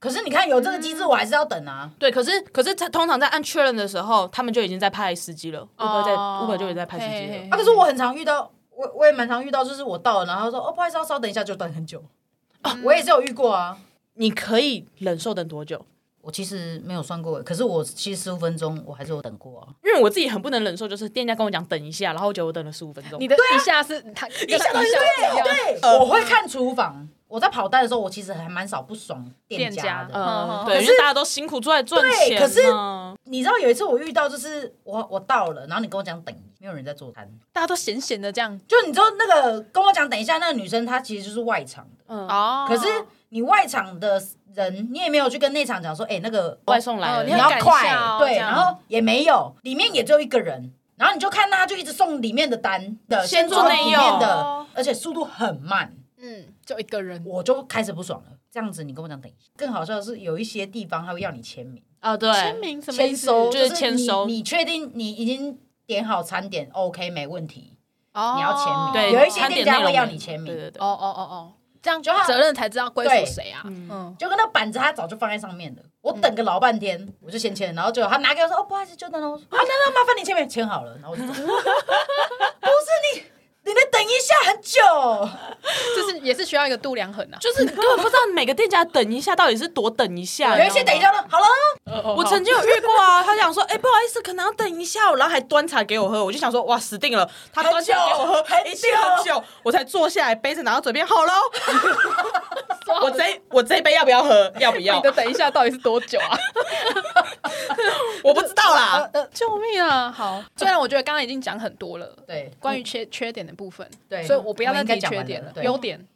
Speaker 2: 可是你看有这个机制，我还是要等啊。
Speaker 1: 对，可是可是他通常在按确认的时候，他们就已经在派司机了，Uber 在
Speaker 3: 哦
Speaker 1: Uber 就已经在派司机了。
Speaker 3: 嘿嘿
Speaker 2: 啊，可是我很常遇到，我我也蛮常遇到，就是我到了，然后他说哦不好意思，要稍等一下，就等很久。啊，我也是有遇过啊。
Speaker 1: 你可以忍受等多久？
Speaker 2: 我其实没有算过，可是我其实十五分钟我还是有等过啊。
Speaker 1: 因为我自己很不能忍受，就是店家跟我讲等一下，然后结果我等了十五分钟。
Speaker 3: 你的嗯一下是他啊一
Speaker 2: 一下
Speaker 3: 一下不一样
Speaker 2: 对，我会看厨房。我在跑单的时候，我其实还蛮少不爽店
Speaker 3: 店
Speaker 2: 家
Speaker 3: 家
Speaker 2: 的。
Speaker 1: 嗯，
Speaker 2: 可
Speaker 1: 对，
Speaker 2: 是
Speaker 1: 因为大家都辛苦出来赚钱嘛。
Speaker 2: 对可是你知道有一次我遇到，就是我我到了，然后你跟我讲等，没有人在做餐，
Speaker 3: 大家都闲闲的这样
Speaker 2: 就你知道那个跟我讲等一下那个女生，她其实就是外场的，
Speaker 1: 嗯，
Speaker 3: 哦
Speaker 2: 可是你外场的人，你也没有去跟内场讲说，哎、那个
Speaker 1: 外送来了，
Speaker 3: 哦
Speaker 2: 你
Speaker 3: 很
Speaker 2: 要
Speaker 3: 赶一
Speaker 2: 快，
Speaker 3: 下哦
Speaker 2: 对，
Speaker 3: 这样
Speaker 2: 然后也没有，里面也只有一个人，然后你就看他就一直送里面的单的，
Speaker 1: 先做
Speaker 2: 送
Speaker 1: 内
Speaker 2: 里
Speaker 1: 用
Speaker 2: 面的
Speaker 3: 哦，
Speaker 2: 而且速度很慢，
Speaker 3: 嗯，就一个人
Speaker 2: 我就开始不爽了。这样子你跟我讲等一下，更好笑的是有一些地方他会要你签名。
Speaker 1: 啊，对，
Speaker 3: 签名什么意
Speaker 2: 签
Speaker 3: 思
Speaker 2: 收
Speaker 1: 就是
Speaker 2: 你
Speaker 1: 签收
Speaker 2: 你确定你已经点好餐点，OK，没问题。
Speaker 3: 哦
Speaker 2: 你要签名
Speaker 1: 对，
Speaker 2: 有一些
Speaker 1: 餐
Speaker 2: 店
Speaker 1: 点
Speaker 2: 家
Speaker 1: 内容
Speaker 2: 会要你签名
Speaker 1: 对对对
Speaker 3: 哦，哦哦哦，这样
Speaker 2: 就好
Speaker 3: 责任才知道归
Speaker 2: 对
Speaker 3: 属谁啊？
Speaker 1: 嗯
Speaker 3: 嗯，
Speaker 2: 就跟那板子，他早就放在上面了。我等个老半天，我就先签，然后就他拿给我说：“哦，不好意思，就等了。”我说：“啊，那那麻烦你签名，签好了。”然后我就走不是你，你们等一下很久。
Speaker 3: 就是也是需要一个度量衡啊。
Speaker 1: 就是你根本不知道每个店家等一下到底是多等一下。
Speaker 2: 有一些
Speaker 1: 你知道
Speaker 2: 等
Speaker 1: 吗
Speaker 2: 一下呢，好了，哦
Speaker 1: 我曾经有遇过啊，他讲说，哎、不好意思，可能要等一下哦，然后还端茶给我喝，我就想说，哇，死定了，他端茶给我喝
Speaker 2: 很，久
Speaker 1: 一定很久，我才坐下来，杯子拿到嘴边， 好喽，我这我这一杯要不要喝？要不要
Speaker 3: 你的？等一下到底是多久啊？
Speaker 1: 我不知道啦。
Speaker 3: 呃，救命啊！好，虽然我觉得刚刚已经讲很多了，
Speaker 2: 对，
Speaker 3: 关于缺缺点的部分，
Speaker 2: 嗯对
Speaker 3: 所以我不要
Speaker 2: 我
Speaker 3: 再
Speaker 2: 应该
Speaker 3: 提
Speaker 2: 讲完
Speaker 3: 缺点
Speaker 2: 了
Speaker 3: 了
Speaker 2: 对。
Speaker 3: 优点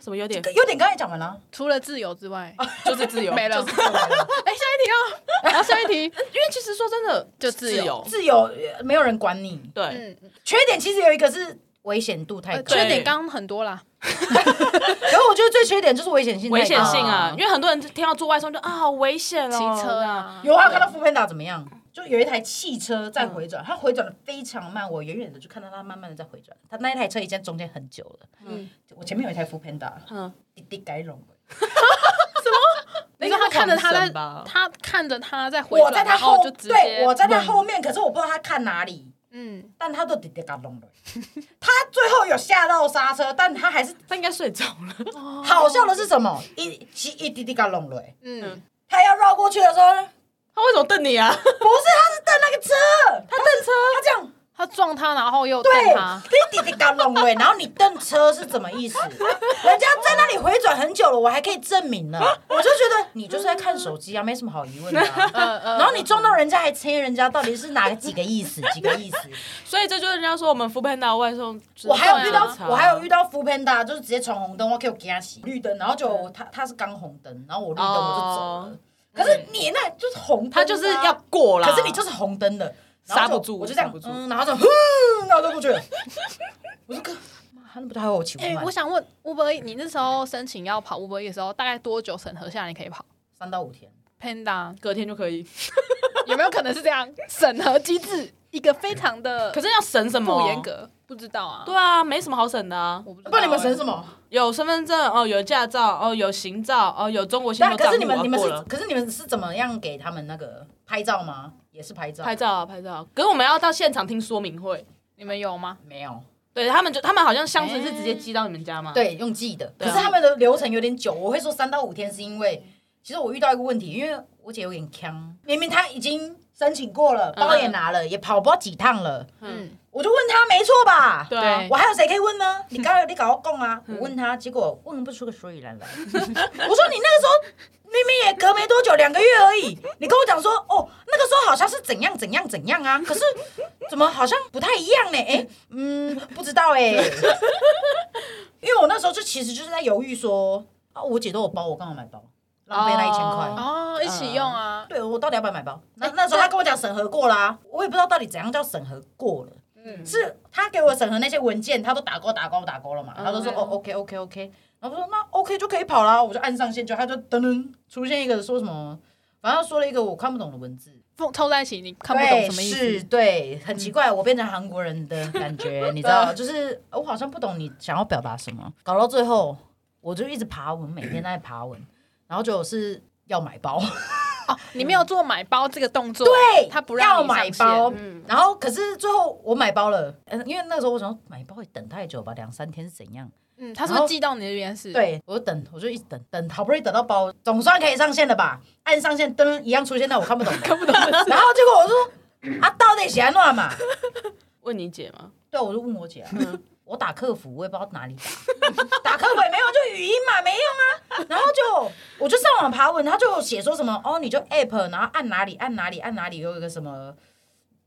Speaker 1: 什么优点？
Speaker 2: 有点刚才讲完了，
Speaker 3: 除了自由之外，
Speaker 1: 就是自由，
Speaker 3: 没了。
Speaker 1: 就是
Speaker 3: 哎，下一题 哦，好，下一题，
Speaker 1: 因为其实说真的，
Speaker 3: 就
Speaker 1: 自
Speaker 3: 自由
Speaker 2: 自由呃没有人管你。
Speaker 1: 对，
Speaker 3: 嗯，
Speaker 2: 缺点其实有一个是危险度太
Speaker 3: 呃
Speaker 2: 高，
Speaker 1: 对
Speaker 3: 缺点刚刚很多啦，
Speaker 2: 可是我觉得最缺点就是危险性太高。
Speaker 1: 危险性啊，因为很多人听到做外送就啊，好危险哦，
Speaker 3: 骑车啊，
Speaker 2: 有嗯啊，看到副班达怎么样？就有一台汽车在回转，它回转的非常慢，我远远的就看到它慢慢的在回转。它那一台车已经在中间很久了。嗯
Speaker 3: 嗯，
Speaker 2: 我前面有一台副班达，
Speaker 1: 这样，嗯，
Speaker 2: 滴滴改容了。
Speaker 3: 因为他看着他
Speaker 1: 那个
Speaker 3: 在
Speaker 1: 晃神吧，
Speaker 3: 他看着他在回
Speaker 2: 我
Speaker 3: 转，
Speaker 2: 在它
Speaker 3: 然后
Speaker 2: 后
Speaker 3: 就，直接
Speaker 2: 对，我在它后面，可是我不知道它看哪里，
Speaker 3: 嗯，
Speaker 2: 但它都滴滴改容了。它最后有下到刹车，但它还是
Speaker 1: 他应该睡着了，
Speaker 2: 好笑的是什么？一是一滴滴改容了。
Speaker 3: 嗯，
Speaker 2: 它要绕过去的时候呢，
Speaker 1: 他为什么瞪你啊？
Speaker 2: 不是，它是蹬那个车，它蹬车，它这样。
Speaker 3: 他撞他，然后又
Speaker 2: 对，
Speaker 3: 瞪 他，
Speaker 2: 你滴滴嘎隆喂，然后你蹬车是怎么意思？ 人家在那里回转很久了，我还可以证明呢。
Speaker 1: 啊
Speaker 2: 我就觉得你就是在看手机啊，没什么好疑问的、 啊。
Speaker 3: 呃呃，
Speaker 2: 然后你撞到人家还切人家，到底是哪几个 意思？几个意思？
Speaker 1: 所以这就是人家说我们 f o o p a n d 外送，
Speaker 2: 我还有遇
Speaker 1: 质
Speaker 2: 到
Speaker 1: 量，差
Speaker 2: 我还有遇到 f o o Panda，就是啊直接闯红灯，我可以给他洗绿灯，然后就我他他是刚红灯，然后我绿灯我就走了
Speaker 1: 哦。
Speaker 2: 可是你那就是红灯啊、
Speaker 1: 他就是要过啦，
Speaker 2: 可是你就是红灯的，然后
Speaker 1: 刹
Speaker 2: 就
Speaker 1: 不住
Speaker 2: 我就这样
Speaker 1: 刹不，住
Speaker 2: 嗯，然后就， 哼，然后就过去了。我就看，妈，他那不太会我骑
Speaker 3: 哎、
Speaker 2: 慢
Speaker 3: 我，想问 Uber，E，你那时候申请要跑 Uber E 的时候，大概多久审核下来你可以跑
Speaker 2: 三到五天，
Speaker 3: Panda？
Speaker 1: 隔天就可以。
Speaker 3: 有没有可能是这样？审核机制一个非常的
Speaker 1: 可是要审什么？
Speaker 3: 不严。格，不知道啊。
Speaker 1: 对啊，没什么好审的啊。
Speaker 3: 我不知道、欸
Speaker 2: 不然你们审什？么？
Speaker 1: 有身份证哦，有驾照哦，有行照哦，有中国信
Speaker 2: 那
Speaker 1: 用账户
Speaker 2: 可是你们
Speaker 1: 啊
Speaker 2: 你们
Speaker 1: 过
Speaker 2: 是
Speaker 1: 了
Speaker 2: 可是你们是怎么样给他们那个拍照吗？也是拍照？
Speaker 1: 拍照啊，拍照啊。可是我们要到现场听说明会，
Speaker 3: 你们有吗？
Speaker 2: 没有？
Speaker 1: 对他们就他们好像箱子是直接寄到你们家吗？，
Speaker 2: 对，用记的。可
Speaker 1: 啊
Speaker 2: 是他们的流程有点久，我会说三到五天，是因为其实我遇到一个问题，因为我姐有点呛，明明她已经申请过了，
Speaker 1: 嗯
Speaker 2: 包也拿了，也跑不知道几趟了，
Speaker 3: 嗯，
Speaker 2: 我就问她没错吧？
Speaker 1: 对啊
Speaker 3: 对，
Speaker 2: 我还有谁可以问呢？你刚你搞我供啊！我问她，结果问不出个所以然来。 我说你那个时候明明也隔没多久，两个月而已，你跟我讲说哦，那个时候好像是怎样怎样怎样啊，可是怎么好像不太一样呢？哎、嗯，不知道哎、 因为我那时候就其实就是在犹豫说啊，我姐都有包，我干嘛买包？浪费那一千块。嗯
Speaker 1: 哦
Speaker 3: 哦，一起用啊。
Speaker 2: 对，我到底要不要买包？那那时候他跟我讲审核过啦、我也不知道到底怎样叫审核过了。
Speaker 3: 嗯，
Speaker 2: 是他给我审核那些文件，他都打勾打勾打勾了嘛，
Speaker 1: 嗯
Speaker 2: 他都说哦 OK OK OK，然后我说那 OK 就可以跑啦，我就按上线就，他就噔噔出现一个说什么，反正他说了一个我看不懂的文字，
Speaker 3: 缝凑在一起，你看不懂
Speaker 2: 对，
Speaker 3: 什么意
Speaker 2: 是，
Speaker 3: 思。
Speaker 2: 对，很奇怪，我变成韩国人的感觉，你知道，就是我好像不懂你想要表达什么，搞到最后我就一直爬文，每天在爬文，然后就是要买包，
Speaker 3: 哦，你没有做买包这个动作，
Speaker 2: 对，
Speaker 3: 他不
Speaker 2: 要
Speaker 3: 让你上
Speaker 2: 买
Speaker 3: 线
Speaker 2: 包，
Speaker 1: 嗯
Speaker 2: 然后可是最后我买包了，嗯因为那时候我想说买包也等太久吧，两三天是怎样？
Speaker 3: 嗯，他是
Speaker 2: 然
Speaker 3: 不
Speaker 2: 后
Speaker 3: 是寄到你那边是？，
Speaker 2: 对我就等，我就一直等等，好不容易等到包，总算可以上线了吧？按上线灯一样出现，但我看不 懂，看不懂。 然后结果我说啊，到底写乱嘛？
Speaker 1: 问你姐吗？
Speaker 2: 对，我就问我姐、啊，
Speaker 1: 嗯
Speaker 2: 我打客服，我也不知道哪里打， 打客服也没有，就语音嘛，没用啊。然后就我就上网爬文，他就写说什么哦，你就 app，然后按哪里按哪里按哪里，有一个什么，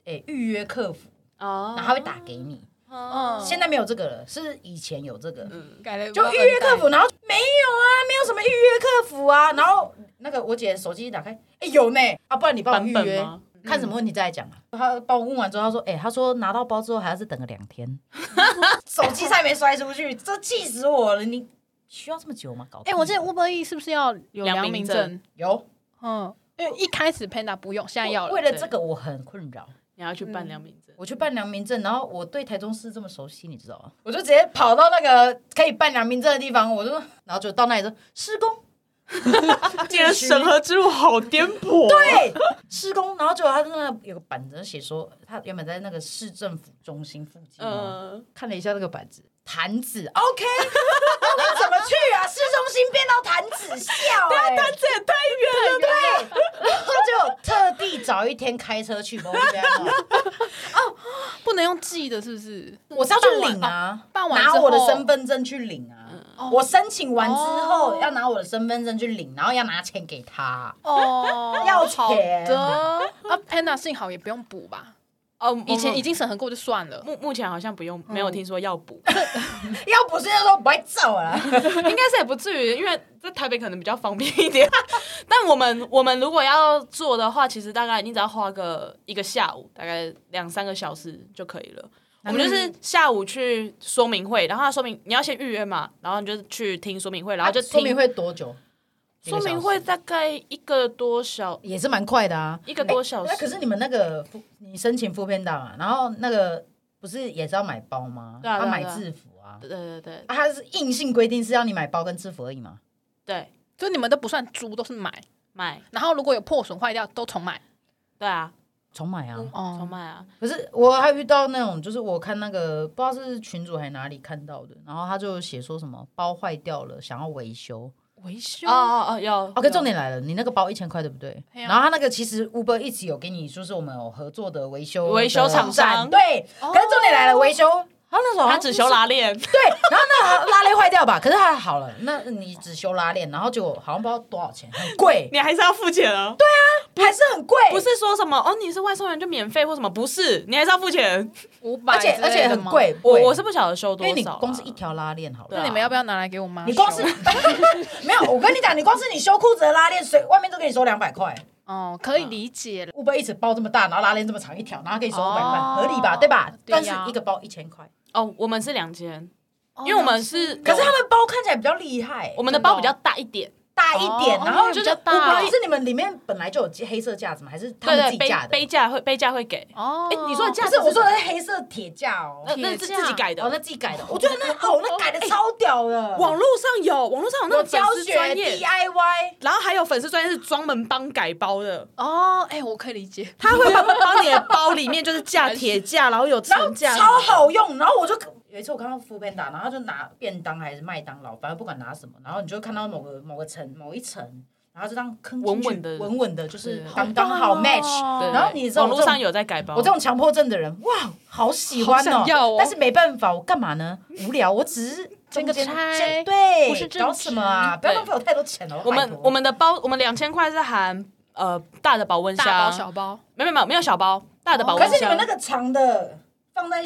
Speaker 2: 诶预约客服，
Speaker 1: 哦
Speaker 2: 然后他会打给你。
Speaker 1: 哦嗯
Speaker 2: 现在没有这个了，是以前有这个。
Speaker 3: 嗯改了
Speaker 2: 就预约客服，然后没有啊，没有什么预约客服啊。然后那个我姐手机一打开，哎、有呢，啊，不然你帮我预
Speaker 1: 版本
Speaker 2: 约
Speaker 1: 吗，
Speaker 2: 看什么问题再讲啊。她帮我问完之后，她说，哎、她说拿到包之后还要再等个两天， 手机差点没摔出去，这气死我了！你需要这么久吗？搞
Speaker 3: 哎、我记得 Uber E 是不是要有
Speaker 1: 良
Speaker 3: 良
Speaker 1: 民
Speaker 3: 民
Speaker 1: 证
Speaker 3: 证？
Speaker 2: 有，
Speaker 3: 嗯，因为一开始 Panda 不用，现在要了。
Speaker 2: 为了这个我很困扰。
Speaker 1: 你要去办良民证。
Speaker 2: 我去办良民证，然后我对台中市这么熟悉，你知道吗？我就直接跑到那个可以办良民证的地方，我就然后就到那里说施工，
Speaker 1: 今天审核之路好颠簸。啊对，
Speaker 2: 对，施工，然后结果他在那有个板子写说，他原本在那个市政府中心附近哦，
Speaker 1: 嗯，
Speaker 2: 看了一下那个板子，坛子，OK，那我怎么去啊？市中心变到坛子笑、欸，
Speaker 1: 但这也太远了吧。
Speaker 2: 然后就特地找一天开车去，不然我这样哦
Speaker 3: 不能用寄的，是不是？
Speaker 2: 我是要去领啊，
Speaker 3: 办完
Speaker 2: 拿
Speaker 3: 之
Speaker 2: 我的
Speaker 3: 后
Speaker 2: 身份证去领啊。
Speaker 3: 哦
Speaker 2: 我申请完之后、
Speaker 3: 哦
Speaker 2: 要拿我的身份证去领，然后要拿钱给他。
Speaker 3: 哦
Speaker 2: 要
Speaker 3: 好
Speaker 2: 钱
Speaker 3: 的啊，Panda 幸好也不用补吧？
Speaker 1: 哦，
Speaker 2: 嗯
Speaker 3: 以前已
Speaker 1: 经
Speaker 3: 经审核过就算了，
Speaker 1: 目目前好像不用，没有听说要补，
Speaker 2: 要不是那时候不会揍了啦，
Speaker 1: 应该是也不至于，因为在台北可能比较方便一点。 但我们我们如果要做的话，其实大概你只要花个一个下午，大概两三个小时就可以了。我们就是下午去说明会，然后他说明你要先预约嘛，然后你就去听说明会，然后就听
Speaker 2: 啊说明会多久？一个
Speaker 1: 说明
Speaker 2: 小时
Speaker 1: 会大概一个多小
Speaker 2: 也是蛮快的啊，
Speaker 1: 一个多小时。
Speaker 2: 那可是你们那个副你申请副片大嘛，然后那个不是也是要买包吗？
Speaker 1: 对啊
Speaker 2: 他
Speaker 1: 对啊
Speaker 2: 买
Speaker 1: 对啊
Speaker 2: 制服啊，
Speaker 1: 对对对
Speaker 2: 啊他是硬性规定是要你买包跟制服而已嘛。
Speaker 1: 对，
Speaker 3: 就你们都不算租，都是买。
Speaker 1: 买
Speaker 3: 然后如果有破损坏掉，都重买。
Speaker 1: 对啊，
Speaker 2: 重买啊！
Speaker 1: 重
Speaker 3: 哦，
Speaker 1: 买啊，
Speaker 2: 可是我还遇到那种，就是我看那个不知道是群主还哪里看到的，然后他就写说什么包坏掉了，想要维修。
Speaker 3: 维修
Speaker 1: 哦哦哦，有。
Speaker 2: OK，重
Speaker 1: 点
Speaker 2: 点来了，你那个包一千块对不对？
Speaker 3: 对啊
Speaker 2: 然后他那个其实 Uber 一直有给你，说是我们有合作的维修
Speaker 1: 维修
Speaker 2: 的
Speaker 1: 厂商哦
Speaker 2: 站对。可是重点来了，维修他那时候好
Speaker 1: 他
Speaker 2: 像
Speaker 1: 只修拉链，
Speaker 2: 对，哎然后那拉链坏掉吧，可是还好了，那你只修拉链，然后结果好像不知道多少钱，很贵，
Speaker 1: 你还是要付钱啊。对，
Speaker 2: 还是很贵，
Speaker 1: 不是说什么哦，你是外送员就免费或什么，不是，你还是要付钱。
Speaker 3: 五百，
Speaker 2: 而且而且很。贵，
Speaker 1: 我
Speaker 2: 贵
Speaker 1: 我是不晓得修
Speaker 2: 因
Speaker 1: 多
Speaker 2: 为你
Speaker 1: 少啊，
Speaker 2: 光是一条拉链好
Speaker 1: 对
Speaker 2: 了
Speaker 1: 啊。
Speaker 3: 那你们要不要拿来给我妈修？
Speaker 2: 你光是 没有，我跟你讲，你光是你修裤子的拉链，随外面都给你收两百块。
Speaker 3: 哦，可以理解了。
Speaker 2: 乌龟一直包这么大，然后拉链这么长一条，然后给你收五百块，
Speaker 3: 哦
Speaker 2: 合理吧？对吧？
Speaker 3: 对呀
Speaker 2: 但是一个包一千块，
Speaker 1: 哦，我
Speaker 2: 哦
Speaker 1: 们是两千，因为我们是，
Speaker 2: 可是他们包看起来比较厉害、
Speaker 1: 我们的包比较大一点，
Speaker 2: 大一点，
Speaker 3: 哦
Speaker 2: 然后
Speaker 3: 就是
Speaker 2: 比较
Speaker 3: 大
Speaker 2: 我不是你们里面本来就有黑色架子吗？还是他
Speaker 1: 对对
Speaker 2: 们自己
Speaker 1: 杯
Speaker 2: 架的？
Speaker 1: 杯架会杯架会给，
Speaker 3: 哦，
Speaker 1: 哎你说的架
Speaker 2: 不
Speaker 1: 子
Speaker 2: 是我说的是黑色铁架哦，
Speaker 1: 那那是
Speaker 3: 铁
Speaker 1: 自己
Speaker 3: 架
Speaker 1: 改的
Speaker 2: 哦，。那自己改的。哦哎我觉得那好，那改的超屌的。
Speaker 1: 网络上有，网络上有那
Speaker 2: 有
Speaker 1: 种粉
Speaker 2: 教
Speaker 1: 丝
Speaker 2: 学啊
Speaker 1: 专业，
Speaker 2: DIY，
Speaker 1: 然后还有粉丝专业是专门帮改包的，
Speaker 3: 哦，哎，我可以理解，
Speaker 1: 他会帮帮你的包里面就是 架铁架，然后有
Speaker 2: 然后
Speaker 1: 层架，
Speaker 2: 超好用，然后我就有一次我看到 f o o Panda，然后他就拿便当还是麦当劳，反正不管拿什么，然后你就看到某个某个层某一层，然后就这样坑进
Speaker 1: 稳
Speaker 2: 去
Speaker 1: 稳地
Speaker 2: 稳稳的，就是
Speaker 1: 对
Speaker 2: 刚刚好哦 match。
Speaker 1: 对。
Speaker 2: 然后你知道
Speaker 1: 网
Speaker 2: 我
Speaker 1: 络
Speaker 2: 这种
Speaker 1: 上有在改包，
Speaker 2: 我这种强迫症的人，哇，好喜欢
Speaker 3: 好想要哦
Speaker 2: 但是没办法，我干嘛呢？无聊，我只是中间
Speaker 3: 兼个差
Speaker 2: 兼对，
Speaker 3: 不是正
Speaker 2: 搞什么啊？
Speaker 3: 职
Speaker 2: 不要浪费我太多钱了。
Speaker 1: 我
Speaker 2: 拜
Speaker 1: 们
Speaker 2: 托
Speaker 1: 我们的包，我们两千块是含呃大的保温箱，
Speaker 3: 大包小包，
Speaker 1: 没有没有没有小包，大的保
Speaker 2: 可
Speaker 1: 温
Speaker 2: 是你
Speaker 1: 箱。
Speaker 2: 们那个长的放在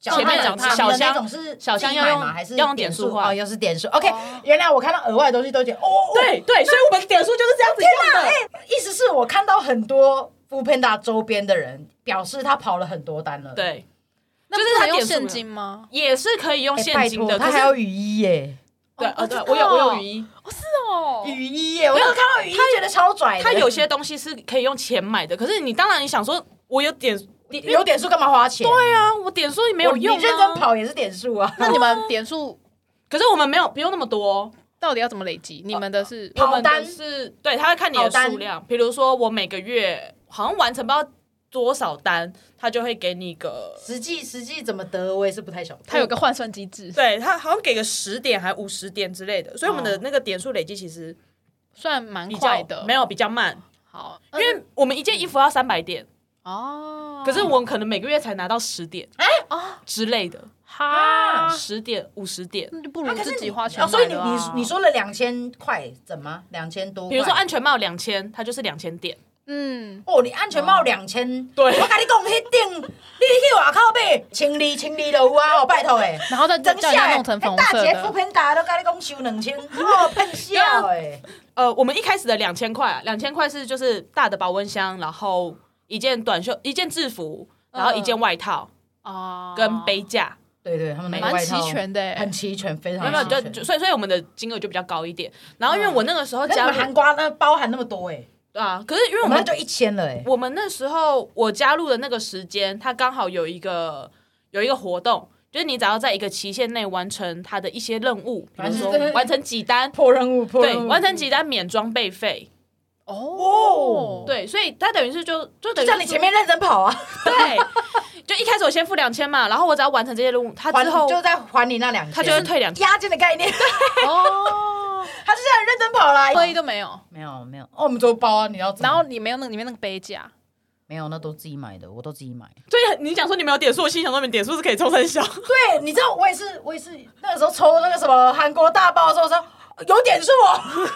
Speaker 2: 脚
Speaker 1: 前面
Speaker 2: 踏
Speaker 1: 脚踏
Speaker 2: 长的
Speaker 1: 小箱
Speaker 2: 那种是
Speaker 1: 小箱
Speaker 2: 自己买
Speaker 1: 要用
Speaker 2: 吗还是
Speaker 1: 要用点
Speaker 2: 数
Speaker 1: 数换
Speaker 2: 哦，又是点数。OK，原来我看到额外的东西都觉得哦，哦
Speaker 1: 对对，所以我们点数就是这样子用的。
Speaker 2: 意思是我看到很多 f o o Panda 周边的人表示他跑了很多单了。哎，
Speaker 1: 对，
Speaker 3: 那
Speaker 1: 就是
Speaker 3: 不
Speaker 1: 他
Speaker 3: 能用
Speaker 1: 点数
Speaker 3: 现
Speaker 1: 了
Speaker 3: 金吗？
Speaker 1: 也是可以用现
Speaker 2: 哎拜
Speaker 1: 金
Speaker 2: 托，
Speaker 1: 的，
Speaker 2: 他
Speaker 1: 可
Speaker 2: 还有
Speaker 1: 是
Speaker 2: 雨衣耶，
Speaker 1: 对啊
Speaker 3: 哦
Speaker 1: 对
Speaker 3: 知，道
Speaker 1: 我有我有雨衣，
Speaker 3: 哦，是哦，
Speaker 2: 雨衣耶，我有看到雨衣觉得超拽的。
Speaker 1: 它有些东西是可以用钱买的，可是你当然你想说，我有点点
Speaker 2: 有点数干嘛花钱？
Speaker 1: 对啊，我点数也没有
Speaker 2: 我
Speaker 1: 用
Speaker 2: 你认真
Speaker 1: 啊。
Speaker 2: 跑也是点数啊。
Speaker 3: 那你们点数
Speaker 1: 可是我们没有不用那么多，
Speaker 3: 到底要怎么累积？你们的是
Speaker 2: 跑
Speaker 1: 我们的
Speaker 2: 单
Speaker 1: 是对，他会看你
Speaker 2: 跑
Speaker 1: 的
Speaker 2: 单
Speaker 1: 数量，比如说我每个月好像完成不知道多少单，他就会给你个，
Speaker 2: 实际实际怎么得，我也是不太晓得。
Speaker 3: 它有个换算机制，
Speaker 1: 对他好像给个十点还五十点之类的，所以我们
Speaker 2: 哦
Speaker 1: 的那个点数累积其实
Speaker 3: 算蛮
Speaker 1: 比
Speaker 3: 快
Speaker 1: 较
Speaker 3: 的，
Speaker 1: 没有比较慢，
Speaker 3: 好，
Speaker 1: 因
Speaker 3: 因
Speaker 1: 为我们一件衣服要三百点，
Speaker 3: 哦，
Speaker 1: 可是我可能每个月才拿到十点
Speaker 3: 啊
Speaker 1: 之类的，
Speaker 3: 哈，
Speaker 1: 十点五十点。
Speaker 3: 那就不
Speaker 2: 啊
Speaker 3: 如
Speaker 2: 可是
Speaker 3: 自己
Speaker 2: 你
Speaker 3: 花钱
Speaker 2: 哦
Speaker 3: 买
Speaker 2: 所以你
Speaker 3: 了啊
Speaker 2: 你你说了两千块，怎么两千多块？
Speaker 1: 比如说安全帽两千，它就是两千点。
Speaker 3: 嗯，
Speaker 2: 哦，你安全帽两千，
Speaker 1: 对
Speaker 2: 我跟你讲，迄顶你去外口买，千二千二都有啊，哦，拜托 诶。
Speaker 3: 然后再叫
Speaker 2: 等
Speaker 3: 人
Speaker 2: 下
Speaker 3: 家
Speaker 2: 欸，
Speaker 3: 弄成粉红
Speaker 2: 大
Speaker 3: 色
Speaker 2: 姐扶
Speaker 3: 的，
Speaker 2: 贫达都跟你讲收两千，哦，喷笑 欸诶。
Speaker 1: 呃，我们一开始的两千块啊，两千块是就是大的保温箱，然后一件短袖、一件制服，然后一件外套
Speaker 3: 哦，
Speaker 1: 跟杯架，
Speaker 2: 对对，他们那个
Speaker 3: 蛮
Speaker 2: 外
Speaker 3: 齐
Speaker 2: 套
Speaker 3: 全的欸
Speaker 2: 很齐全，非常
Speaker 1: 没有没有
Speaker 2: 齐
Speaker 1: 就
Speaker 2: 全
Speaker 1: 就所以所以我们的金额就比较高一点。然后因为我那个时候
Speaker 2: 那你
Speaker 1: 加
Speaker 2: 们
Speaker 1: 入
Speaker 2: 含瓜那包含那么多诶，
Speaker 1: 对啊，可是因为
Speaker 2: 我
Speaker 1: 我
Speaker 2: 们
Speaker 1: 们
Speaker 2: 那就一千了欸诶。
Speaker 1: 我们那时候我加入的那个时间，它刚好有一个有一个活动。就是你只要在一个期限内完成它的一些任务，比如说
Speaker 2: 嗯
Speaker 1: 完成几 单，
Speaker 2: 破任务，破
Speaker 1: 对，完成几单免装备费，
Speaker 2: 哦
Speaker 3: 哦，，
Speaker 1: 对，所以它等于是就就等于
Speaker 2: 叫你
Speaker 1: 是
Speaker 2: 前面认真跑啊，
Speaker 1: 对，就一开始我先付两千嘛，然后我只要完成这些任务，他
Speaker 2: 还
Speaker 1: 之后
Speaker 2: 就在还你那两千，
Speaker 1: 他就会退两千。
Speaker 2: 押金的概念，
Speaker 3: 哦，
Speaker 2: 他就在认真跑啦。
Speaker 3: 杯都没有，
Speaker 2: 没有没有，哦，我们只有包啊，你要怎么
Speaker 3: 然后你没有那个里面那个杯架，
Speaker 2: 没有，那都自己买的，我都自己买。
Speaker 1: 所以你讲说你没有点数，我心想说你们点数是可以抽成小，
Speaker 2: 对，你知道我也是，我也是那个时候抽那个什么韩国大包的时候，我说有点数哦，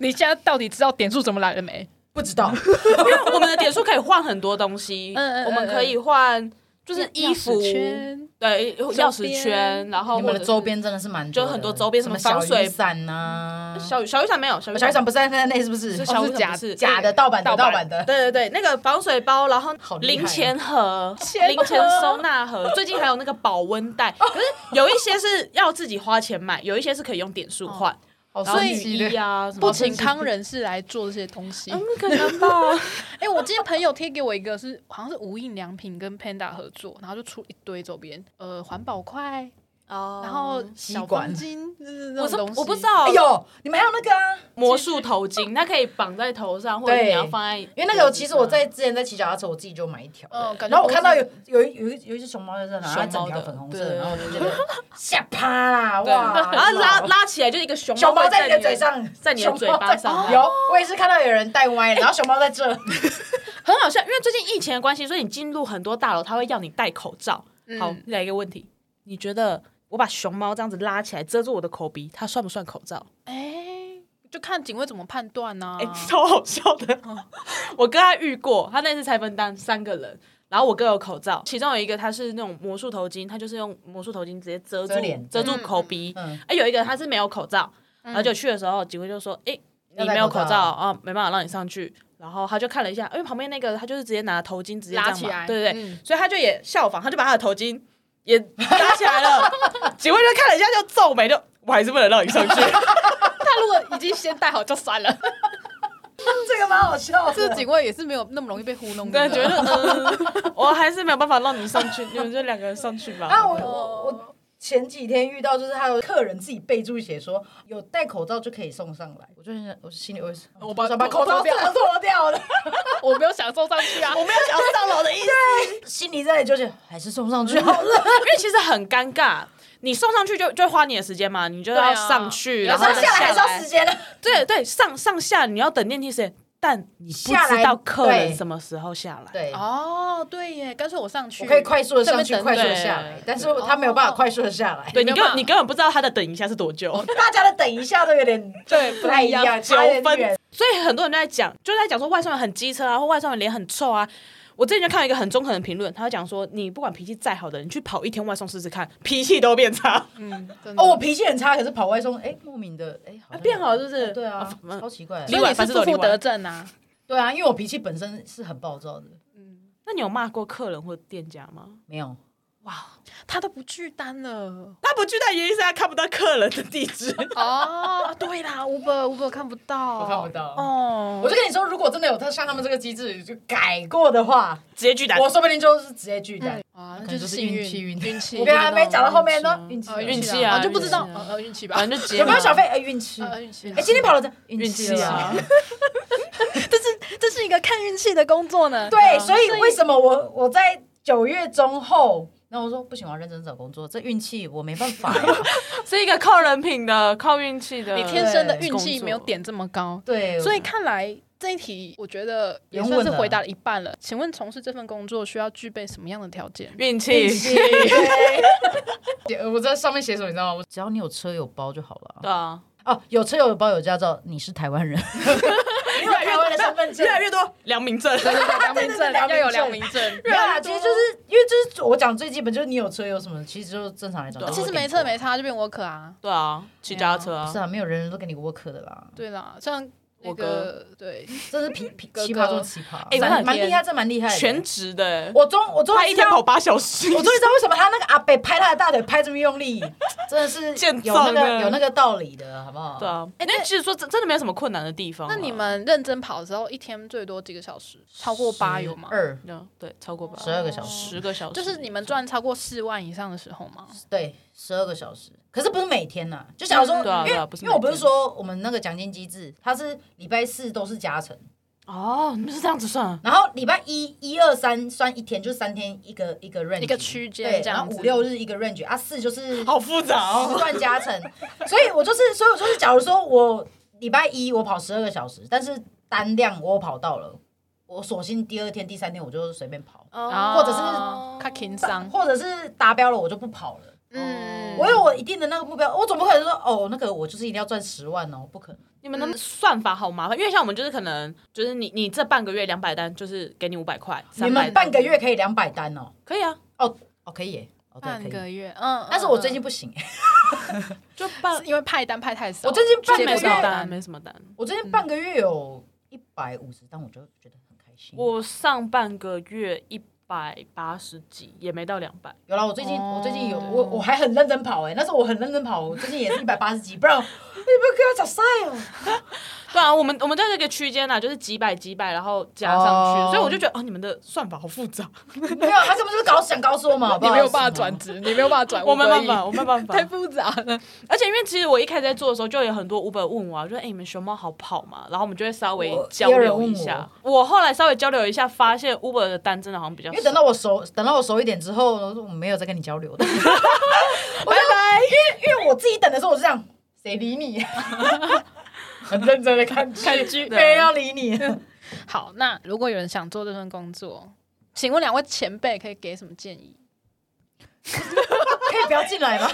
Speaker 3: 你现在到底知道点数怎么来了没？
Speaker 2: 不知 道，
Speaker 1: 因为 我们的点数可以换很多东西，
Speaker 3: 嗯嗯嗯
Speaker 1: 我们可以换就是衣服
Speaker 3: 钥匙、圈
Speaker 1: 对钥匙
Speaker 3: 周
Speaker 1: 圈，
Speaker 3: 边
Speaker 1: 然后
Speaker 2: 你们
Speaker 1: 或
Speaker 2: 的
Speaker 1: 者是
Speaker 2: 周边真的是蛮多的
Speaker 1: 就很多周边
Speaker 2: 什
Speaker 1: 什么
Speaker 2: 小
Speaker 1: 防水
Speaker 2: 雨伞呐，
Speaker 1: 小雨小雨伞没有，小雨
Speaker 2: 哦小雨伞不是在那内是不是？
Speaker 1: 是
Speaker 2: 哦
Speaker 1: 小雨
Speaker 3: 是
Speaker 1: 伞
Speaker 3: 假
Speaker 1: 不是
Speaker 2: 假的盗版的盗
Speaker 3: 盗版
Speaker 2: 版的，
Speaker 1: 对对对，那个防水包，然后
Speaker 2: 好厉害哦
Speaker 1: 零钱盒、
Speaker 3: 钱
Speaker 1: 零钱
Speaker 3: 盒
Speaker 1: 收纳盒，最近还有那个保温袋。
Speaker 2: 哦
Speaker 1: 可是有一些是要自己花钱买，有一些是可以用点数换，
Speaker 2: 好
Speaker 1: 然后
Speaker 2: 神
Speaker 1: 雨
Speaker 2: 奇
Speaker 1: 衣
Speaker 2: 的。
Speaker 1: 啊什么
Speaker 3: 不
Speaker 1: 的。
Speaker 3: 请康人士来做这些东西。
Speaker 1: 嗯，可能
Speaker 2: 啊
Speaker 1: 吧。
Speaker 3: 哎、我之前朋友贴给我一个是，好像是无印良品跟 Panda 合作，然后就出一堆周边，呃，环保筷，
Speaker 1: 哦
Speaker 3: 然后
Speaker 2: 吸
Speaker 3: 小
Speaker 2: 管
Speaker 3: 黄巾，就是那
Speaker 1: 我是
Speaker 3: 种东西
Speaker 1: 我不知，道
Speaker 2: 哎呦，你们还有那个啊？
Speaker 1: 魔术头巾，它可以绑在头上，或者
Speaker 2: 对
Speaker 1: 你要放在，因
Speaker 2: 因为那个其实我
Speaker 1: 啊
Speaker 2: 在之前在骑脚踏车，我自己就买一
Speaker 1: 哦
Speaker 2: 条的，
Speaker 3: 嗯感觉
Speaker 2: 然后我看到
Speaker 3: 脖
Speaker 2: 有有一有一有一只熊猫在这，然后它
Speaker 1: 熊
Speaker 2: 整
Speaker 1: 猫的
Speaker 2: 条粉红色，
Speaker 1: 对
Speaker 2: 然后我就觉得吓趴啦，
Speaker 1: 对，
Speaker 2: 哇！
Speaker 1: 然后拉拉起来就一个熊
Speaker 2: 熊猫
Speaker 1: 会
Speaker 2: 在
Speaker 1: 在
Speaker 2: 你的嘴，上，
Speaker 1: 在你的嘴巴上
Speaker 2: 熊猫在
Speaker 1: 这样
Speaker 2: 有，我也是看到有人带歪了，然后熊猫在这，
Speaker 1: 很好笑。因为最近疫情的关系，所以你进入很多大楼，他会要你戴口罩。
Speaker 3: 嗯
Speaker 1: 好，来一个问题，你觉得我把熊猫这样子拉起来遮住我的口鼻，它算不算口罩？
Speaker 3: 哎、就看警卫怎么判断啊呢、
Speaker 1: 哎、超好笑的。哦我跟他遇过，他那次才分单三个人，然后我各有口罩，其中有一个他是那种魔术头巾，他就是用魔术头巾直接遮住
Speaker 2: 遮脸
Speaker 1: 遮住
Speaker 3: 嗯
Speaker 1: 口鼻。哎、
Speaker 2: 嗯
Speaker 1: 有一个他是没有口罩，然后就去的时候，警卫就说：“哎、你没有口
Speaker 2: 要戴
Speaker 1: 罩
Speaker 2: 口罩
Speaker 1: 啊、没办法让你上去。”然后他就看了一下，因为旁边那个他就是直接拿头巾直接这样嘛
Speaker 3: 拉起来
Speaker 1: 对不对？
Speaker 3: 嗯
Speaker 1: 所以他就也效仿，他就把他的头巾也拉起来了。警卫就看了一下，就皱眉，就我还是不能让你上去。
Speaker 3: 太他如果已经先带好就算了，
Speaker 2: 这个蛮好笑的。
Speaker 3: 这警卫也是没有那么容易被糊弄的
Speaker 1: 对，。觉得嗯，我还是没有办法让你上去，你们就两个人上去吧。
Speaker 2: 啊，我我我前几天遇到，就是他有客人自己备注写说有戴口罩就可以送上来，我就很想我心里会想
Speaker 3: 我把
Speaker 2: 想把口
Speaker 3: 口罩
Speaker 2: 罩脱
Speaker 3: 掉
Speaker 2: 脱掉 了，
Speaker 3: 我没有想送上去啊，
Speaker 1: 没有想要上楼的意 思，
Speaker 2: 心里在纠结还是送上去好了。
Speaker 1: 因为其实很尴尬。你送上去就就花你的时间嘛，你就
Speaker 3: 对
Speaker 1: 要
Speaker 3: 啊
Speaker 1: 上去，
Speaker 3: 你要
Speaker 1: 然后
Speaker 2: 上
Speaker 1: 再
Speaker 2: 下来还是
Speaker 1: 下
Speaker 2: 要
Speaker 1: 来
Speaker 2: 时间的，啊
Speaker 1: 对对，上上下你要等电梯时间，但你不
Speaker 2: 下来
Speaker 1: 知道客人
Speaker 2: 对
Speaker 1: 什么时候下来。
Speaker 2: 对。
Speaker 3: 哦，对耶，干脆我上去，
Speaker 2: 我可以快速的上去，
Speaker 3: 这边
Speaker 2: 快
Speaker 3: 等
Speaker 2: 速
Speaker 3: 对
Speaker 2: 的下来，但是他没有办法快速的下来。
Speaker 1: 对，
Speaker 3: 没
Speaker 1: 你根
Speaker 3: 有办法
Speaker 1: 本你根本不知道他的等一下是多久，
Speaker 2: 大家的等一下都有点
Speaker 3: 对
Speaker 2: 不太一样，
Speaker 1: 九
Speaker 2: 差有点
Speaker 1: 分
Speaker 2: 远。。
Speaker 1: 所以很多人都在讲，就在讲说外送员很机车啊，或外送员脸很臭啊。我之前就看到一个很中肯的评论，他就讲说，你不管脾气再好的人，你去跑一天外送试试看，脾气都变差。
Speaker 3: 嗯，真的
Speaker 2: 哦，我脾气很差，可是跑外送，哎，莫名的，哎，好像
Speaker 1: 变好是不是
Speaker 2: 对啊
Speaker 1: 嗯，
Speaker 2: 超奇怪的。
Speaker 3: 所以你是负负得正啊，
Speaker 2: 对啊，因为我脾气本身是很暴躁的，
Speaker 1: 那你有骂过客人或店家吗？
Speaker 2: 没有。
Speaker 3: 他都不拒单了。
Speaker 1: 他不去但原因是他看不到客人的地 址。
Speaker 3: 哦，对啦，Uber Uber 看不到，
Speaker 2: 我看不到
Speaker 3: 哦，
Speaker 2: 我就跟你说，如果真的有他像他们这个机制就改过的话，
Speaker 1: 直接拒单
Speaker 2: 我说不定就是直接拒单。
Speaker 3: 啊，
Speaker 2: 可
Speaker 3: 那
Speaker 2: 能
Speaker 3: 就是
Speaker 2: 就是
Speaker 3: 幸运
Speaker 2: 运气运气
Speaker 3: 运气。
Speaker 2: 我跟他没讲到后面呢，
Speaker 1: 运
Speaker 2: 运
Speaker 1: 气
Speaker 2: 气
Speaker 3: 哦
Speaker 1: 运
Speaker 3: 气
Speaker 1: 气
Speaker 3: 啊，
Speaker 1: 啊
Speaker 3: 哦就不知道，
Speaker 1: 运气啊
Speaker 3: 呃呃，运气吧，
Speaker 1: 反正就结
Speaker 2: 有没有
Speaker 1: 嘛
Speaker 2: 小费？哎，运气。
Speaker 3: 呃
Speaker 2: 哎，
Speaker 3: 运气啊。
Speaker 2: 今天跑了这运
Speaker 1: 运
Speaker 2: 气
Speaker 1: 气
Speaker 2: 啊！
Speaker 1: 啊。
Speaker 3: 这是这是一个看运气的工作呢。
Speaker 2: 对，所以为什么我我在九月中后，然后我说不行，我要认真找工作，这运气我没办法呀。
Speaker 1: 是一个靠人品的，靠运气的。
Speaker 3: 你天生的运气没有点这么高，
Speaker 2: 对，
Speaker 3: 所以看来这一题我觉得也
Speaker 2: 原
Speaker 3: 算
Speaker 2: 问
Speaker 3: 是
Speaker 2: 了
Speaker 3: 回答了一半了。请问从事这份工作需要具备什么样的条件？
Speaker 1: 运气，
Speaker 2: 对我在上面写什么，你知道吗？我只要你有车有包就好了啊。
Speaker 1: 对啊，
Speaker 2: 哦，有车有包有驾照，你是台湾人，你有台湾的身份证
Speaker 1: 越。来越多良民证。
Speaker 3: 对 对对，良民
Speaker 2: 对
Speaker 3: 证
Speaker 2: 对良民证
Speaker 3: 要有良民 证。
Speaker 2: 对啊，其实就是因为就是我讲最基本就是你有车有什么，其实就正常来讲
Speaker 1: 对啊
Speaker 2: 都
Speaker 3: 其
Speaker 2: 会
Speaker 3: 实
Speaker 2: 给
Speaker 3: 没
Speaker 2: 你
Speaker 3: 车
Speaker 2: 做
Speaker 3: 没差就变 worker 啊。
Speaker 1: 对啊，骑脚踏车
Speaker 2: 不
Speaker 1: 啊
Speaker 2: 是。啊，没有人人都给你 work 的啦，
Speaker 3: 对啦，像那个对，
Speaker 2: 这是奇奇
Speaker 3: 哥哥
Speaker 2: 奇葩中奇葩，
Speaker 1: 哎
Speaker 2: 蛮
Speaker 1: 我
Speaker 2: 蛮厉害，这蛮厉害的。
Speaker 1: 全职的欸，
Speaker 2: 我终我终
Speaker 1: 他
Speaker 2: 于
Speaker 1: 一
Speaker 2: 知
Speaker 1: 天跑
Speaker 2: 道，
Speaker 1: 八小时，
Speaker 2: 我终于知道为什么他那个阿北拍他的大腿拍这么用力，真的是
Speaker 1: 健
Speaker 2: 有那
Speaker 1: 壮
Speaker 2: 个
Speaker 1: 啊
Speaker 2: 有那个道理的，好不好？
Speaker 1: 对啊，
Speaker 3: 哎
Speaker 1: 那其实说真真的没有什么困难的地方啊。
Speaker 3: 那你们认真跑的时候，一天最多几个小时？超过八有吗？
Speaker 2: 二
Speaker 1: 对对超过吧
Speaker 2: 十二个小时，
Speaker 1: 十个小时，
Speaker 3: 就是你们赚超过四万以上的时候吗？
Speaker 2: 对，十二个小时。可是不是每天呐，就想说，
Speaker 1: 对啊
Speaker 2: 因
Speaker 1: 对啊
Speaker 2: 为
Speaker 1: 不是
Speaker 2: 因为我不是
Speaker 1: 每天
Speaker 2: 说我们那个奖金机制，它是礼拜四都是加成，
Speaker 1: 哦，你们是这样子算啊，
Speaker 2: 然后礼拜一、一二三算一天，就是三天一个一个 range，
Speaker 3: 一个区间
Speaker 2: 对
Speaker 3: 这样
Speaker 2: 然后
Speaker 3: 子
Speaker 2: 五六日一个 range，啊四就是
Speaker 1: 好复杂哦。
Speaker 2: 时段加成，所以我就是，所以我就是，假如说我礼拜一我跑十二个小时，但是单量我跑到了，我索性第二天、第三天我就随便跑，
Speaker 1: 哦
Speaker 2: 或者是哦
Speaker 3: 看情商，
Speaker 2: 或者是达标了我就不跑了。
Speaker 3: 嗯，
Speaker 2: 我有我一定的那个目标，我总不可能说哦，那个我就是一定要赚十万哦，不可能。
Speaker 1: 你们的算法好麻烦，因为像我们就是可能就是你你这半个月两百单，就是给你五百块，
Speaker 2: 你
Speaker 1: 三百
Speaker 2: 们半个月可以两百单哦，
Speaker 1: 可以啊，
Speaker 2: 哦可以耶，哦对
Speaker 3: 半
Speaker 2: 可以。
Speaker 3: 个月，嗯，
Speaker 2: 但是我最近不行，
Speaker 1: 就半
Speaker 3: 是因为派单派太少，
Speaker 2: 我最近半
Speaker 1: 就
Speaker 2: 个
Speaker 1: 没什
Speaker 3: 接不到
Speaker 1: 么
Speaker 2: 月，
Speaker 1: 单，没什么单。
Speaker 2: 我最近半个月有一百五十单，我就觉得很开心。
Speaker 1: 我上半个月一百八十几，也没到两百。
Speaker 2: 有啦，我最近、
Speaker 3: 哦
Speaker 2: 我最近有我我还很认真跑哎、欸，那时候我很认真跑，我最近也是一百八十几，不然我 你不要找晒哦。
Speaker 1: 对啊，我们我们在这个区间呐，啊就是几百几百，然后加上去，
Speaker 2: 哦
Speaker 1: 所以我就觉得哦，你们的算法好复杂，
Speaker 2: 没有，啊他根本就是搞想搞死我嘛，好不
Speaker 3: 你
Speaker 2: 好
Speaker 3: 没有办法转，职，你没有办法转，
Speaker 1: 我没
Speaker 3: 无
Speaker 1: 办
Speaker 3: 关
Speaker 1: 法，
Speaker 3: 意，
Speaker 1: 我没办法。
Speaker 3: 太复杂了。
Speaker 1: 而且因为其实我一开始在做的时候，就有很多 Uber 问我、啊，就说：“哎、你们熊猫好跑吗？”然后我们就会稍微
Speaker 2: 我
Speaker 1: 交流一下。我后来稍微交流一下，发现 Uber 的单真的好像比较
Speaker 2: 因
Speaker 1: 少。
Speaker 2: 为等到我熟，等到我熟一点之后，我说我没有再跟你交流的，
Speaker 1: 拜拜，
Speaker 2: 因为我自己等的时候我是这样，谁理你、 很认真的看剧，
Speaker 3: 看剧
Speaker 2: 没人
Speaker 1: 啊
Speaker 2: 要理你。
Speaker 3: 好，那如果有人想做这份工作，请问两位前辈可以给什么建议？
Speaker 2: 可以不要进来吗？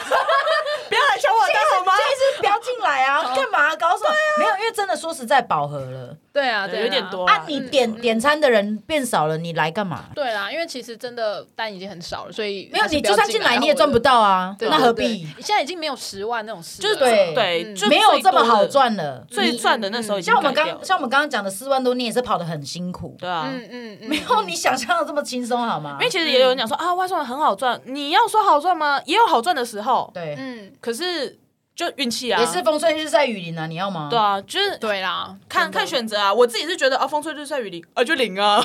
Speaker 1: 不要来抢我的单好吗？
Speaker 2: 就是不要进来啊！干嘛、搞什么？没有，因为真的说实在饱和了
Speaker 3: 对啊，对
Speaker 1: 对，
Speaker 3: 啊
Speaker 1: 有点。多啦
Speaker 2: 啊！你点点餐的人变少了，你来干嘛？
Speaker 3: 对啦，因为其实真的单已经很少了，所以
Speaker 2: 没有，
Speaker 3: 还是
Speaker 2: 你
Speaker 3: 不
Speaker 2: 就
Speaker 3: 要
Speaker 2: 算进来你也赚不。到啊，
Speaker 3: 对
Speaker 2: 那何？
Speaker 3: 对
Speaker 2: 必
Speaker 3: 对？对现在已经没有十万那种事了，嗯
Speaker 1: 就是
Speaker 2: 对
Speaker 1: 对，就
Speaker 2: 没有这么好，赚了。
Speaker 1: 最
Speaker 2: 你
Speaker 1: 赚的那时候已经
Speaker 2: 嗯像我们
Speaker 1: 改掉
Speaker 2: 刚像我们刚刚讲的四万多，你也是跑得很辛苦，
Speaker 1: 对啊。
Speaker 3: 嗯嗯嗯，
Speaker 2: 没有你想象的这么轻松，好吗
Speaker 1: 因为？其实也有人讲说啊，外送很好赚。你要说好赚吗？也有好赚的时候，
Speaker 2: 对，
Speaker 3: 嗯，
Speaker 1: 可是就运气啊，
Speaker 2: 也是风吹日晒雨淋啊，你要吗？
Speaker 1: 对啊，就是
Speaker 3: 对啦，
Speaker 1: 看
Speaker 3: 真的
Speaker 1: 看选择啊。我自己是觉得啊，风吹日晒雨淋啊，就淋啊。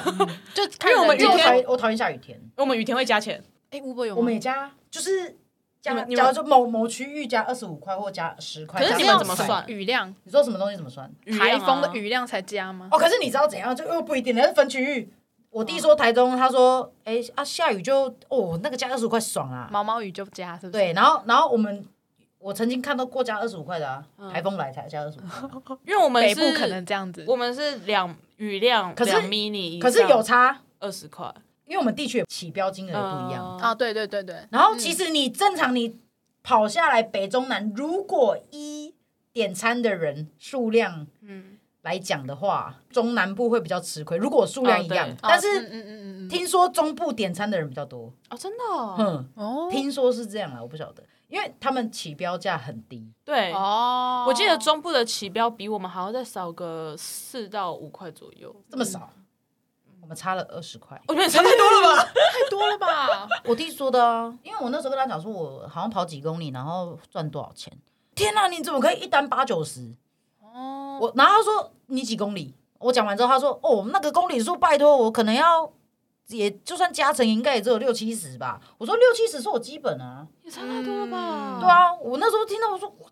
Speaker 3: 就
Speaker 1: 因为我们
Speaker 2: 因为我
Speaker 1: 雨天
Speaker 2: 讨厌我讨厌下雨天，
Speaker 1: 我们雨天会加钱，
Speaker 3: 哎，吴伯有吗
Speaker 2: 我们也加就是
Speaker 1: 你
Speaker 2: 加，
Speaker 1: 们你们
Speaker 2: 假如说某某区域加二十五块或加十块，
Speaker 1: 可
Speaker 3: 可
Speaker 1: 是
Speaker 3: 是
Speaker 1: 你
Speaker 2: 加
Speaker 1: 们
Speaker 2: 上
Speaker 1: 怎么
Speaker 2: 水
Speaker 1: 算
Speaker 3: 雨量？
Speaker 2: 你说什么东西怎么算？
Speaker 1: 雨量
Speaker 3: 台
Speaker 1: 啊
Speaker 3: 风的雨量才加吗？
Speaker 2: 哦，可是你知道怎样？就又不一定，那是分区域。我
Speaker 1: 嗯
Speaker 2: 弟说台中，他说，哎、啊，下雨就哦，那个加二十五块爽啊啦、
Speaker 3: 毛毛雨就加，是不是？
Speaker 2: 对，，然后然后我们，我曾经看到过加二十五块的啊，
Speaker 1: 嗯
Speaker 2: 台风来才加二十五。
Speaker 1: 因为我们
Speaker 3: 北
Speaker 1: 是
Speaker 3: 部可能这样子。
Speaker 1: 我们是两雨量
Speaker 2: 可是
Speaker 1: 两 mini，以上
Speaker 2: 可是有差，
Speaker 1: 二十块
Speaker 2: 因为我们地区起标金额也不一样。
Speaker 1: 嗯
Speaker 3: 啊，对对对对，
Speaker 2: 然后其实你正常你跑下来北中南，如果一点餐的人数量
Speaker 1: 嗯，
Speaker 2: 来讲的话，中南部会比较吃亏。如果数量一样，
Speaker 1: 哦
Speaker 2: 但
Speaker 3: 哦嗯
Speaker 2: 是
Speaker 3: 嗯嗯嗯嗯，
Speaker 2: 听说中部点餐的人比较多。
Speaker 1: 哦，真的哦，
Speaker 2: 嗯，
Speaker 3: 哦
Speaker 2: 听说是这样啊啦，我不晓得，因为他们起标价很低。
Speaker 1: 对。
Speaker 3: 哦，
Speaker 1: 我记得中部的起标比我们好像再少个四到五块左右，
Speaker 2: 这么少，
Speaker 1: 嗯
Speaker 2: 我哦们差了二十块。
Speaker 1: 我觉得差太多了吧？
Speaker 3: 太多了吧？
Speaker 2: 我弟说的啊，因为我那时候跟他讲说，我好像跑几公里，然后赚多少钱。嗯天啊，你怎么可以一单八九十？
Speaker 3: 哦，
Speaker 2: 我然后他说你几公里？我讲完之后，他说哦，那个公里数，拜托我可能要，也就算加成，应该也只有六七十吧。我说六七十是我基本啊。
Speaker 1: 也差太多了吧？
Speaker 3: 嗯
Speaker 2: 对啊，我那时候听到我说。我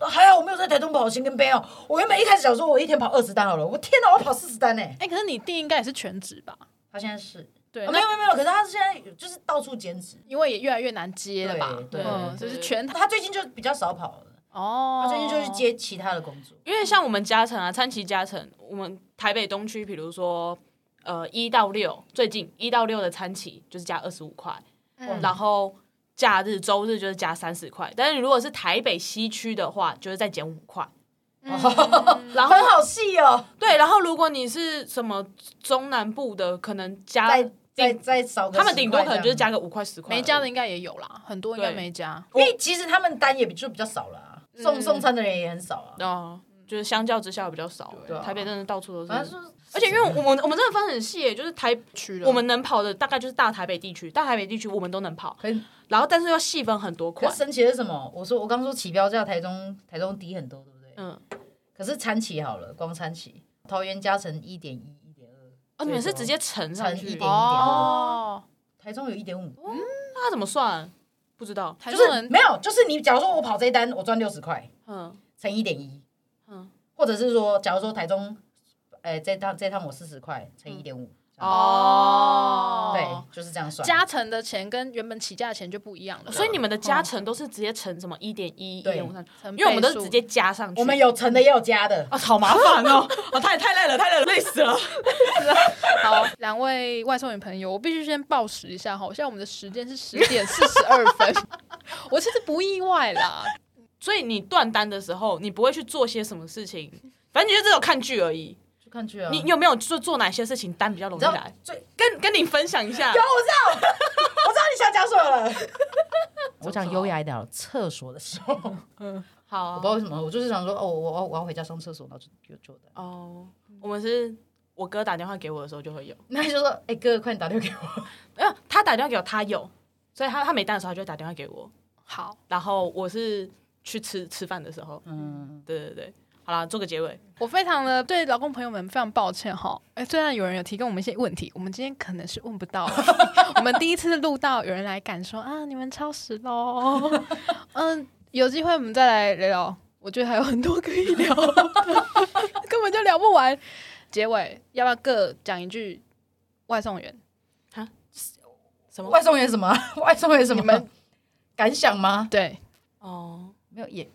Speaker 2: 呃还好我没有在台东跑新跟杯哦，我原本一开始想说我一天跑二十单好了，我天哪，我跑四十单呢、欸
Speaker 3: 哎，可是你弟应该也是全职吧？
Speaker 2: 他现在是
Speaker 3: 对，
Speaker 2: 啊没
Speaker 3: 那
Speaker 2: 有没有没有，可是他现在就是到处兼职，
Speaker 3: 因为也越来越难接了吧？
Speaker 2: 对对
Speaker 3: 嗯，
Speaker 1: 对
Speaker 3: 就是全台
Speaker 2: 他最近就比较少跑了，
Speaker 3: 哦，
Speaker 2: 他最近就去接其他的工作。
Speaker 1: 因为像我们嘉诚啊，川崎嘉诚，我们台北东区，比如说呃一到六，最近一到六的餐期就是加二十五块，
Speaker 3: 嗯
Speaker 1: 然后假日周日就是加三十块，但是如果是台北西区的话，就是再减五块。
Speaker 3: 嗯
Speaker 1: 然后
Speaker 2: 很好戏哦，
Speaker 1: 对，然后如果你是什么中南部的，可能加
Speaker 2: 再再再少个，
Speaker 1: 他们顶多可能就是加。个五块十块而已，
Speaker 3: 没加的应该也有啦，很多应该
Speaker 1: 对
Speaker 3: 没加。
Speaker 2: 因为其实他们单也就比较少了、啊，送
Speaker 3: 嗯
Speaker 2: 送餐的人也很少啊。
Speaker 1: 哦，就是相较之下比较少。
Speaker 2: 对啊
Speaker 1: 台北真的到处都
Speaker 2: 反正
Speaker 1: 是，
Speaker 2: 说，
Speaker 1: 而且因为我们我们真的分很细耶，就是台
Speaker 3: 去了
Speaker 1: 我们能跑的大概就是大台北地区，大台北地区我们都能跑，
Speaker 2: 可以
Speaker 1: 然后但是要细分很多
Speaker 2: 可
Speaker 1: 块
Speaker 2: 是。神奇的是什么？我说我刚说起标价台中台中低很多，对不对？
Speaker 1: 嗯，
Speaker 2: 可是餐起好了，光餐起，桃园加成一点一、一点二，
Speaker 1: 哦，你们是直接乘上
Speaker 2: 乘一
Speaker 1: 去？
Speaker 2: 点
Speaker 1: 哦，
Speaker 3: 哦，
Speaker 2: 台中有一点五，
Speaker 1: 那怎么算？不知道。
Speaker 3: 台
Speaker 2: 就
Speaker 3: 中
Speaker 2: 是
Speaker 3: 人
Speaker 2: 没有，就是你假如说我跑这一单，我赚六十块，
Speaker 1: 嗯
Speaker 2: 乘一点一，
Speaker 1: 嗯，
Speaker 2: 或者是说，假如说台中，哎，这趟这趟我四十块乘一点五，
Speaker 1: 嗯
Speaker 3: 哦，
Speaker 2: 对，就是这样算。
Speaker 3: 加成的钱跟原本起价的钱就不一样了，
Speaker 1: 所以你们的加成都是直接乘什么一点一、一
Speaker 2: 对
Speaker 1: 点五三，
Speaker 3: 成倍数
Speaker 1: 因为我们都是直接加上去。
Speaker 2: 我们有乘的也有加的，
Speaker 1: 啊，好麻烦哦！我太太累了，太累了，累死了。
Speaker 3: 好，两位外送员朋友，我必须先报时一下哈，现在我们的时间是十点四十二分， 我其实不意外啦，
Speaker 1: 所以你断单的时候，你不会去做些什么事情，反正你就只有看剧而已。
Speaker 2: 就看去啊。
Speaker 1: 你你有没有做做哪些事情单比较容易
Speaker 2: 知道
Speaker 1: 来？
Speaker 2: 最
Speaker 1: 跟跟你分享一下
Speaker 2: 有，。我知道，我知道你想讲什么了。 我讲优雅一点，厕所的时候， 我
Speaker 1: 好啊
Speaker 2: 不知道为什么，我就是想说，哦，我我我要回家上厕所，然后就就做的。
Speaker 1: 哦，我们是我哥打电话给我的时候就会有，
Speaker 2: 那就说，哎哥，快点打电话给我。
Speaker 1: 没有他打电话给我，他有，所以他他没单的时候他就会打电话给我，
Speaker 3: 好，
Speaker 1: 然后我是去吃吃饭的时候，
Speaker 2: 嗯，
Speaker 1: 对对对，好啦，做个结尾，
Speaker 3: 我非常的对老公朋友们非常抱歉哈，哎、虽然有人有提供我们一些问题，我们今天可能是问不到， 我们第一次录到有人来敢说啊，你们超时喽， 嗯，有机会我们再来聊，我觉得还有很多可以聊， 根本就聊不完。结尾要不要各讲一句外送员？
Speaker 1: 什么
Speaker 2: 外送员什么？ 外送员什
Speaker 3: 你
Speaker 2: 么
Speaker 3: 们？
Speaker 2: 感想吗？
Speaker 3: 对，
Speaker 1: 哦，
Speaker 2: 没有，也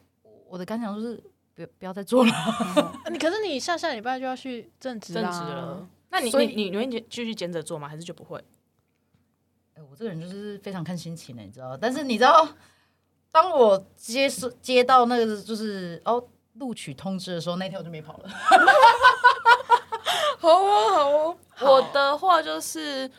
Speaker 2: 我的感想就是，不要不要再做了。
Speaker 3: 啊你可是你下下礼拜就要去正职
Speaker 1: 正
Speaker 3: 啦
Speaker 1: 职了，。那你
Speaker 2: 所
Speaker 1: 你你
Speaker 2: 以
Speaker 1: 你会继续兼着做吗？还是就不会？
Speaker 2: 哎，我这个人就是非常看心情的，你知道？但是你知道，当我接收接到那个就是哦录取通知的时候，那天我就没跑了。
Speaker 1: 好哦，好哦。我的话就是，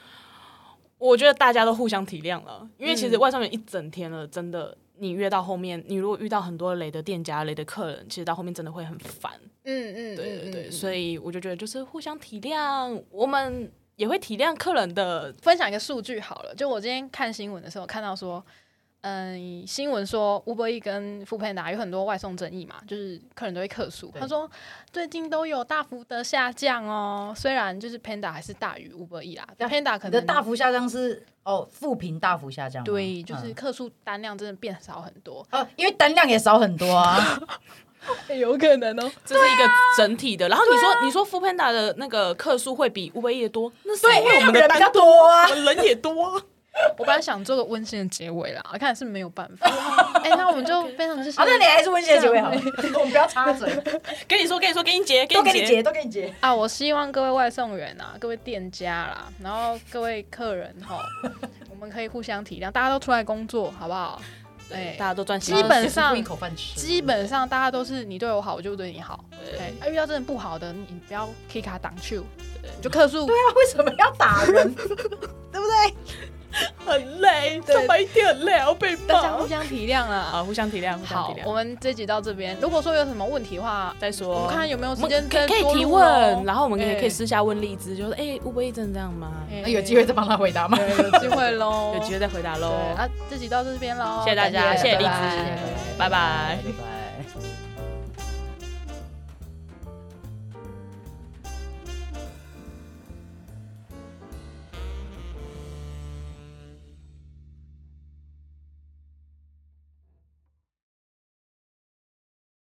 Speaker 1: 我觉得大家都互相体谅了，因为其实外送员一整天了，真的，你约到后面，你如果遇到很多雷的店家、雷的客人，其实到后面真的会很烦。
Speaker 3: 嗯嗯，
Speaker 1: 对对对，
Speaker 3: 以
Speaker 1: 所以我就觉得就是互相体谅，我们也会体谅客人的。
Speaker 3: 分享一个数据好了，就我今天看新闻的时候看到说，嗯，新闻说 Uber E 跟 f o o p a n d a 有很多外送争议嘛，就是客人都会客诉。
Speaker 2: 对
Speaker 3: 他说最近都有大幅的下降哦，虽然就是 Panda 还是大于 Uber E 啦
Speaker 2: 对啊
Speaker 3: ，Panda 可
Speaker 2: 你的
Speaker 3: 能
Speaker 2: 大幅下降是哦，负评大幅下降吗。
Speaker 3: 对，就
Speaker 2: 嗯
Speaker 3: 是客数单量真的变少很 多，
Speaker 2: 哦，因为单量也少很多啊。
Speaker 3: 有可能哦。
Speaker 1: 这是一个整体的。然后你说你说 f o o Panda 的那个客数会比 Uber Eats 多，那是
Speaker 2: 对，因为
Speaker 1: 我
Speaker 2: 他
Speaker 1: 们
Speaker 2: 们
Speaker 1: 的
Speaker 2: 人比较
Speaker 1: 单多，
Speaker 2: 多啊
Speaker 1: 我。们人也多啊。
Speaker 3: 我本来想做个温馨的结尾啦，看来是没有办 法。哎，那我们就非常谢谢
Speaker 2: 好，那你还是温馨的结尾好了， 我们不要插嘴，
Speaker 1: 跟你说，跟你说，给你结，
Speaker 2: 都给
Speaker 1: 你
Speaker 2: 你
Speaker 1: 结。
Speaker 2: 结，都给你结。
Speaker 3: 啊！我希望各位外送员啊，各位店家啦，然后各位客人 哈，我们可以互相体谅，大家都出来工作，好不好？哎，
Speaker 1: 大家都赚
Speaker 3: 基
Speaker 1: 钱，
Speaker 3: 本上
Speaker 2: 不一口饭吃，
Speaker 3: 基本上大家都是你对我好，我就对你好。对，啊遇到真的不好的，你不要 K 卡挡去，你就客诉。
Speaker 2: 对啊，为什么要打 人？
Speaker 1: 很累，
Speaker 3: 对
Speaker 1: 上班一天很累，还要被
Speaker 3: 大家互
Speaker 1: 骂。
Speaker 3: 相体谅啦。
Speaker 1: 啊，互相体谅，互相
Speaker 3: 好
Speaker 1: 体，
Speaker 3: 我
Speaker 1: 谅。
Speaker 3: 们这集到这边。如果说有什么问题的话，
Speaker 1: 再说，
Speaker 3: 我们看有没有时
Speaker 1: 我
Speaker 3: 间
Speaker 1: 们
Speaker 3: 再
Speaker 1: 可可以
Speaker 3: 多
Speaker 1: 提
Speaker 3: 录哦
Speaker 1: 问，
Speaker 3: 咯
Speaker 1: 然后我们也可
Speaker 3: 哎
Speaker 1: 以私下问荔枝，就说：“哎，Uber Eats 真的这样吗？”
Speaker 3: 哎
Speaker 2: 那有机会再帮他回答吗？
Speaker 3: 对有机会喽，
Speaker 1: 有机会再回答
Speaker 3: 对
Speaker 1: 喽。
Speaker 3: 啊，这集到这边喽，
Speaker 1: 谢谢大家
Speaker 3: 感
Speaker 1: 谢谢荔枝拜拜。
Speaker 3: 拜拜
Speaker 2: 拜拜。